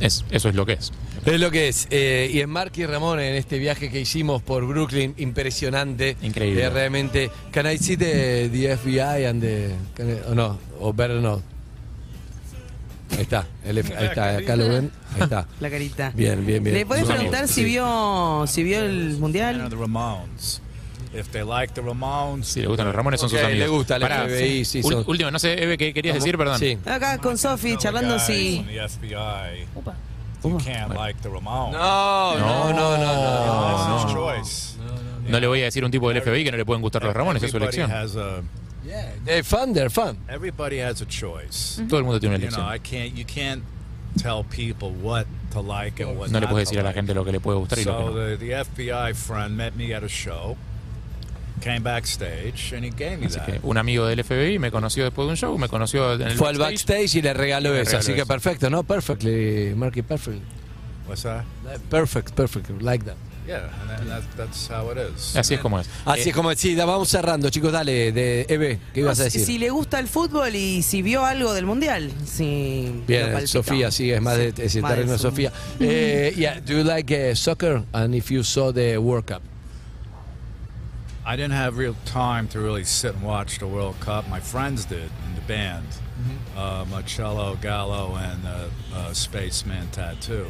[SPEAKER 4] Es, eso es lo que es.
[SPEAKER 3] Es lo que es. eh, y es Mark y Ramón en este viaje que hicimos por Brooklyn, impresionante.
[SPEAKER 4] Increíble.
[SPEAKER 3] Eh, realmente. Can I see the, the FBI and the. can I- o no, o better not. Ahí está, el F- ahí está, acá lo ven. Ahí está.
[SPEAKER 7] La carita.
[SPEAKER 3] Bien, bien, bien.
[SPEAKER 7] ¿Le podés
[SPEAKER 3] Sus amigos,
[SPEAKER 7] preguntar si
[SPEAKER 3] sí.
[SPEAKER 7] vio si vio el
[SPEAKER 5] You know,
[SPEAKER 7] mundial?
[SPEAKER 5] the Ramones. If they like the Ramones,
[SPEAKER 4] Si le gustan los Ramones, son
[SPEAKER 3] Ok,
[SPEAKER 4] sus amigos.
[SPEAKER 3] le gusta, le
[SPEAKER 4] Pará,
[SPEAKER 3] FBI, sí,
[SPEAKER 4] ul-
[SPEAKER 3] son-
[SPEAKER 4] Último, no sé, Eve, ¿qué querías decir? Perdón.
[SPEAKER 3] Sí.
[SPEAKER 7] Acá con Sofi charlando si
[SPEAKER 5] the FBI. You can't like the Ramones.
[SPEAKER 3] No, no, no, no, no.
[SPEAKER 5] That's his choice.
[SPEAKER 4] No le voy a decir a un tipo del FBI que no le pueden gustar los Ramones, es su
[SPEAKER 5] Everybody
[SPEAKER 4] elección.
[SPEAKER 5] has a
[SPEAKER 3] They're fun, they're fun.
[SPEAKER 5] everybody has a choice.
[SPEAKER 4] Todo el mundo tiene una
[SPEAKER 5] You know,
[SPEAKER 4] elección.
[SPEAKER 5] I can't you can't tell people what to like and what
[SPEAKER 4] No le
[SPEAKER 5] not
[SPEAKER 4] puedes decir
[SPEAKER 5] to
[SPEAKER 4] a la
[SPEAKER 5] like.
[SPEAKER 4] gente lo que le puede gustar y lo que
[SPEAKER 5] So
[SPEAKER 4] no.
[SPEAKER 5] the, the FBI friend met me at a show, came backstage, and he gave me
[SPEAKER 4] Así
[SPEAKER 5] that.
[SPEAKER 4] que un amigo del FBI me conoció después de un show, me conoció en el
[SPEAKER 3] Fue al
[SPEAKER 4] backstage.
[SPEAKER 3] backstage y le regaló
[SPEAKER 4] Le
[SPEAKER 3] eso.
[SPEAKER 4] regaló
[SPEAKER 3] Así que
[SPEAKER 4] eso.
[SPEAKER 3] perfecto, ¿no? Perfectly, Marky, perfect.
[SPEAKER 5] What's that?
[SPEAKER 3] Perfect, perfect, like that.
[SPEAKER 5] Yeah, and, that, and that, that's how it is.
[SPEAKER 4] Así es como es.
[SPEAKER 3] Así es como, sí, da- vamos cerrando, chicos, dale, de Eve, ¿qué ibas a
[SPEAKER 7] si,
[SPEAKER 3] decir?
[SPEAKER 7] si le gusta el fútbol y si vio algo del mundial. Si lo
[SPEAKER 3] Bien,
[SPEAKER 7] palpitó.
[SPEAKER 3] Sofía, sí, es más de ese
[SPEAKER 7] más de
[SPEAKER 3] terreno,
[SPEAKER 7] su-
[SPEAKER 3] Sofía. Eh, yeah, do you like eh, soccer? And if you saw the World Cup?
[SPEAKER 5] I didn't have real time to really sit and watch the World Cup. My friends did in the band, uh, Marcello Gallo and uh, uh, Spaceman Tattoo,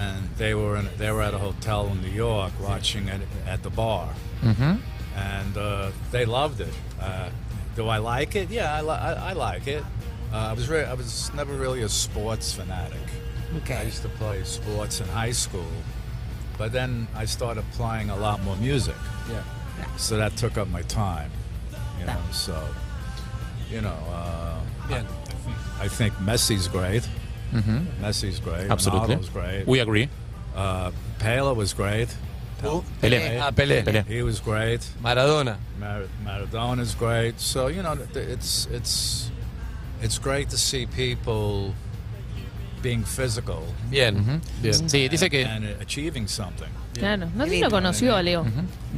[SPEAKER 5] and they were in, they were at a hotel in New York watching it at the bar, and uh, they loved it. Uh, do I like it? Yeah, I, li- I, I like it. Uh, I was re- I was never really a sports fanatic. I
[SPEAKER 7] Okay.
[SPEAKER 5] used to play sports in high school, but then I started playing a lot more music.
[SPEAKER 3] Yeah.
[SPEAKER 5] So that took up my time, you know. So, you know, uh,
[SPEAKER 3] Bien.
[SPEAKER 5] I think Messi's great. Messi's great.
[SPEAKER 4] Mm-hmm. Absolutely.
[SPEAKER 5] Ronaldo's great.
[SPEAKER 4] We agree.
[SPEAKER 5] uh, Pele was great.
[SPEAKER 4] Pelé.
[SPEAKER 3] Ah, Pelé.
[SPEAKER 4] Pelé.
[SPEAKER 5] He was great.
[SPEAKER 3] Maradona.
[SPEAKER 5] Mar- Maradona's great. So you know, th- it's it's it's great to see people being physical
[SPEAKER 3] Bien, bien.
[SPEAKER 4] Sí, dice que
[SPEAKER 5] and achieving something.
[SPEAKER 6] Claro. No sé si lo conoció, Leo.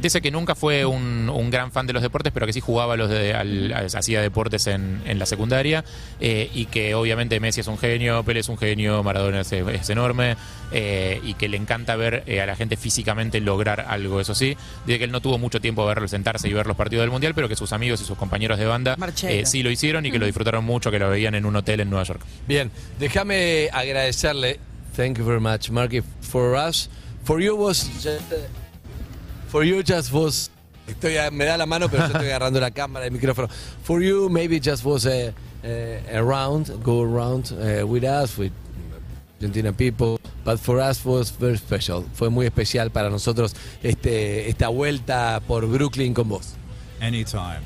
[SPEAKER 4] Dice que nunca fue un, un gran fan de los deportes, pero que sí jugaba a los de, al- a- hacía deportes en, en la secundaria eh, y que obviamente Messi es un genio, Pelé es un genio, Maradona es, es enorme eh, y que le encanta ver eh, a la gente físicamente lograr algo, eso sí. Dice que él no tuvo mucho tiempo de verlo sentarse y ver los partidos del Mundial, pero que sus amigos y sus compañeros de banda
[SPEAKER 7] Marcelo.
[SPEAKER 4] eh, sí lo hicieron y que lo disfrutaron mucho, que lo veían en un hotel en Nueva York.
[SPEAKER 3] Bien, déjame agradecerle. Thank you very much, Marky, for us. For you was just, for you just was. Estoy, a- me da la mano, pero yo estoy agarrando la cámara, el micrófono. For you, maybe just was a, a, a round, go around eh, with us, with Argentina people. But for us was very special. Fue muy especial para nosotros este, esta vuelta por Brooklyn con vos.
[SPEAKER 5] Anytime.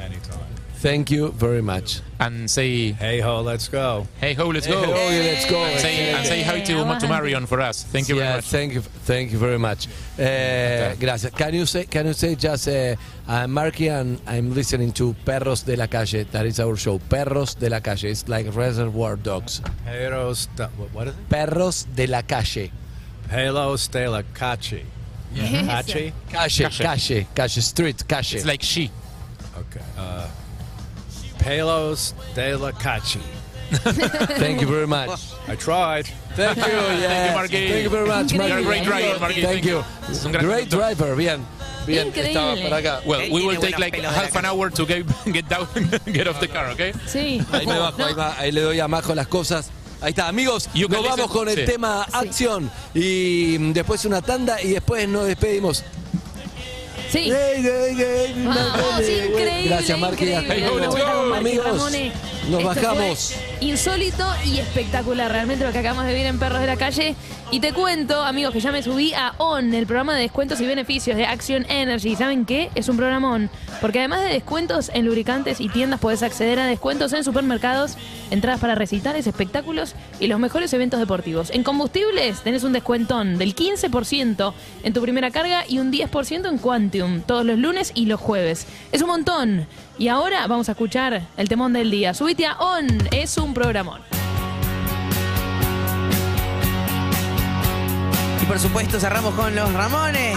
[SPEAKER 5] Anytime.
[SPEAKER 3] Thank you very much.
[SPEAKER 4] And say,
[SPEAKER 5] Hey ho, let's go.
[SPEAKER 4] hey ho, let's go.
[SPEAKER 3] Oh, let's go.
[SPEAKER 4] And say, and say hi to Mato Marion for us. Thank you very
[SPEAKER 3] Yeah,
[SPEAKER 4] much.
[SPEAKER 3] Thank you, thank you very much. Eh, gracias. Can you say, can you say just, eh, I'm Marky and I'm listening to Perros de la Calle. That is our show. Perros de la Calle. It's like Reservoir Dogs.
[SPEAKER 5] Halo sta- what- what is it?
[SPEAKER 3] Perros de la Calle.
[SPEAKER 5] Halo Stella Cachi. Cachi?
[SPEAKER 3] Calle, calle, calle, street, calle.
[SPEAKER 4] It's like she.
[SPEAKER 5] Okay. Uh, Palos de la Cachi.
[SPEAKER 3] Thank you very much.
[SPEAKER 5] I tried.
[SPEAKER 3] Thank you, yes. Thank you very much,
[SPEAKER 4] You're a
[SPEAKER 3] Marquis.
[SPEAKER 4] great driver, Marquis.
[SPEAKER 3] Thank you.
[SPEAKER 4] Es un gran
[SPEAKER 3] Great driver, bien. Bien,
[SPEAKER 6] Increíble.
[SPEAKER 3] estaba para acá.
[SPEAKER 4] Well,
[SPEAKER 7] Él
[SPEAKER 4] we
[SPEAKER 7] tiene
[SPEAKER 4] will take
[SPEAKER 7] buenos
[SPEAKER 4] like
[SPEAKER 7] pelos de la
[SPEAKER 4] half an hour to get, get down, get off the car, okay?
[SPEAKER 6] Sí.
[SPEAKER 3] Ahí me bajo,
[SPEAKER 6] No,
[SPEAKER 3] ahí, va- ahí le doy a Majo las cosas. Ahí está, amigos,
[SPEAKER 4] You
[SPEAKER 3] nos
[SPEAKER 4] can
[SPEAKER 3] vamos
[SPEAKER 4] listen-
[SPEAKER 3] con el
[SPEAKER 4] sí.
[SPEAKER 3] tema
[SPEAKER 6] Sí.
[SPEAKER 3] acción y mm, después una tanda y después nos despedimos.
[SPEAKER 6] Sí.
[SPEAKER 3] Ey, ey, ey,
[SPEAKER 6] Vamos,
[SPEAKER 3] ey, ey, ey.
[SPEAKER 6] increíble.
[SPEAKER 3] Gracias, Marquis.
[SPEAKER 6] increíble.
[SPEAKER 3] Hasta
[SPEAKER 4] Hey,
[SPEAKER 3] luego.
[SPEAKER 4] let's go.
[SPEAKER 6] Marquis
[SPEAKER 3] Amigos,
[SPEAKER 6] Ramone.
[SPEAKER 3] nos
[SPEAKER 6] Esto
[SPEAKER 3] bajamos.
[SPEAKER 6] fue Insólito y espectacular, realmente lo que acabamos de ver en Perros de la Calle. Y te cuento, amigos, que ya me subí a ON, el programa de descuentos y beneficios de Action Energy. ¿Saben qué? Es un programa ON. Porque además de descuentos en lubricantes y tiendas, podés acceder a descuentos en supermercados, entradas para recitales, espectáculos y los mejores eventos deportivos. En combustibles tenés un descuentón del 15% en tu primera carga y un 10% en Quantum, todos los lunes y los jueves. Es un montón. Y ahora vamos a escuchar el temón del día. Subite a ON, es un programón.
[SPEAKER 7] Y por supuesto cerramos con los Ramones.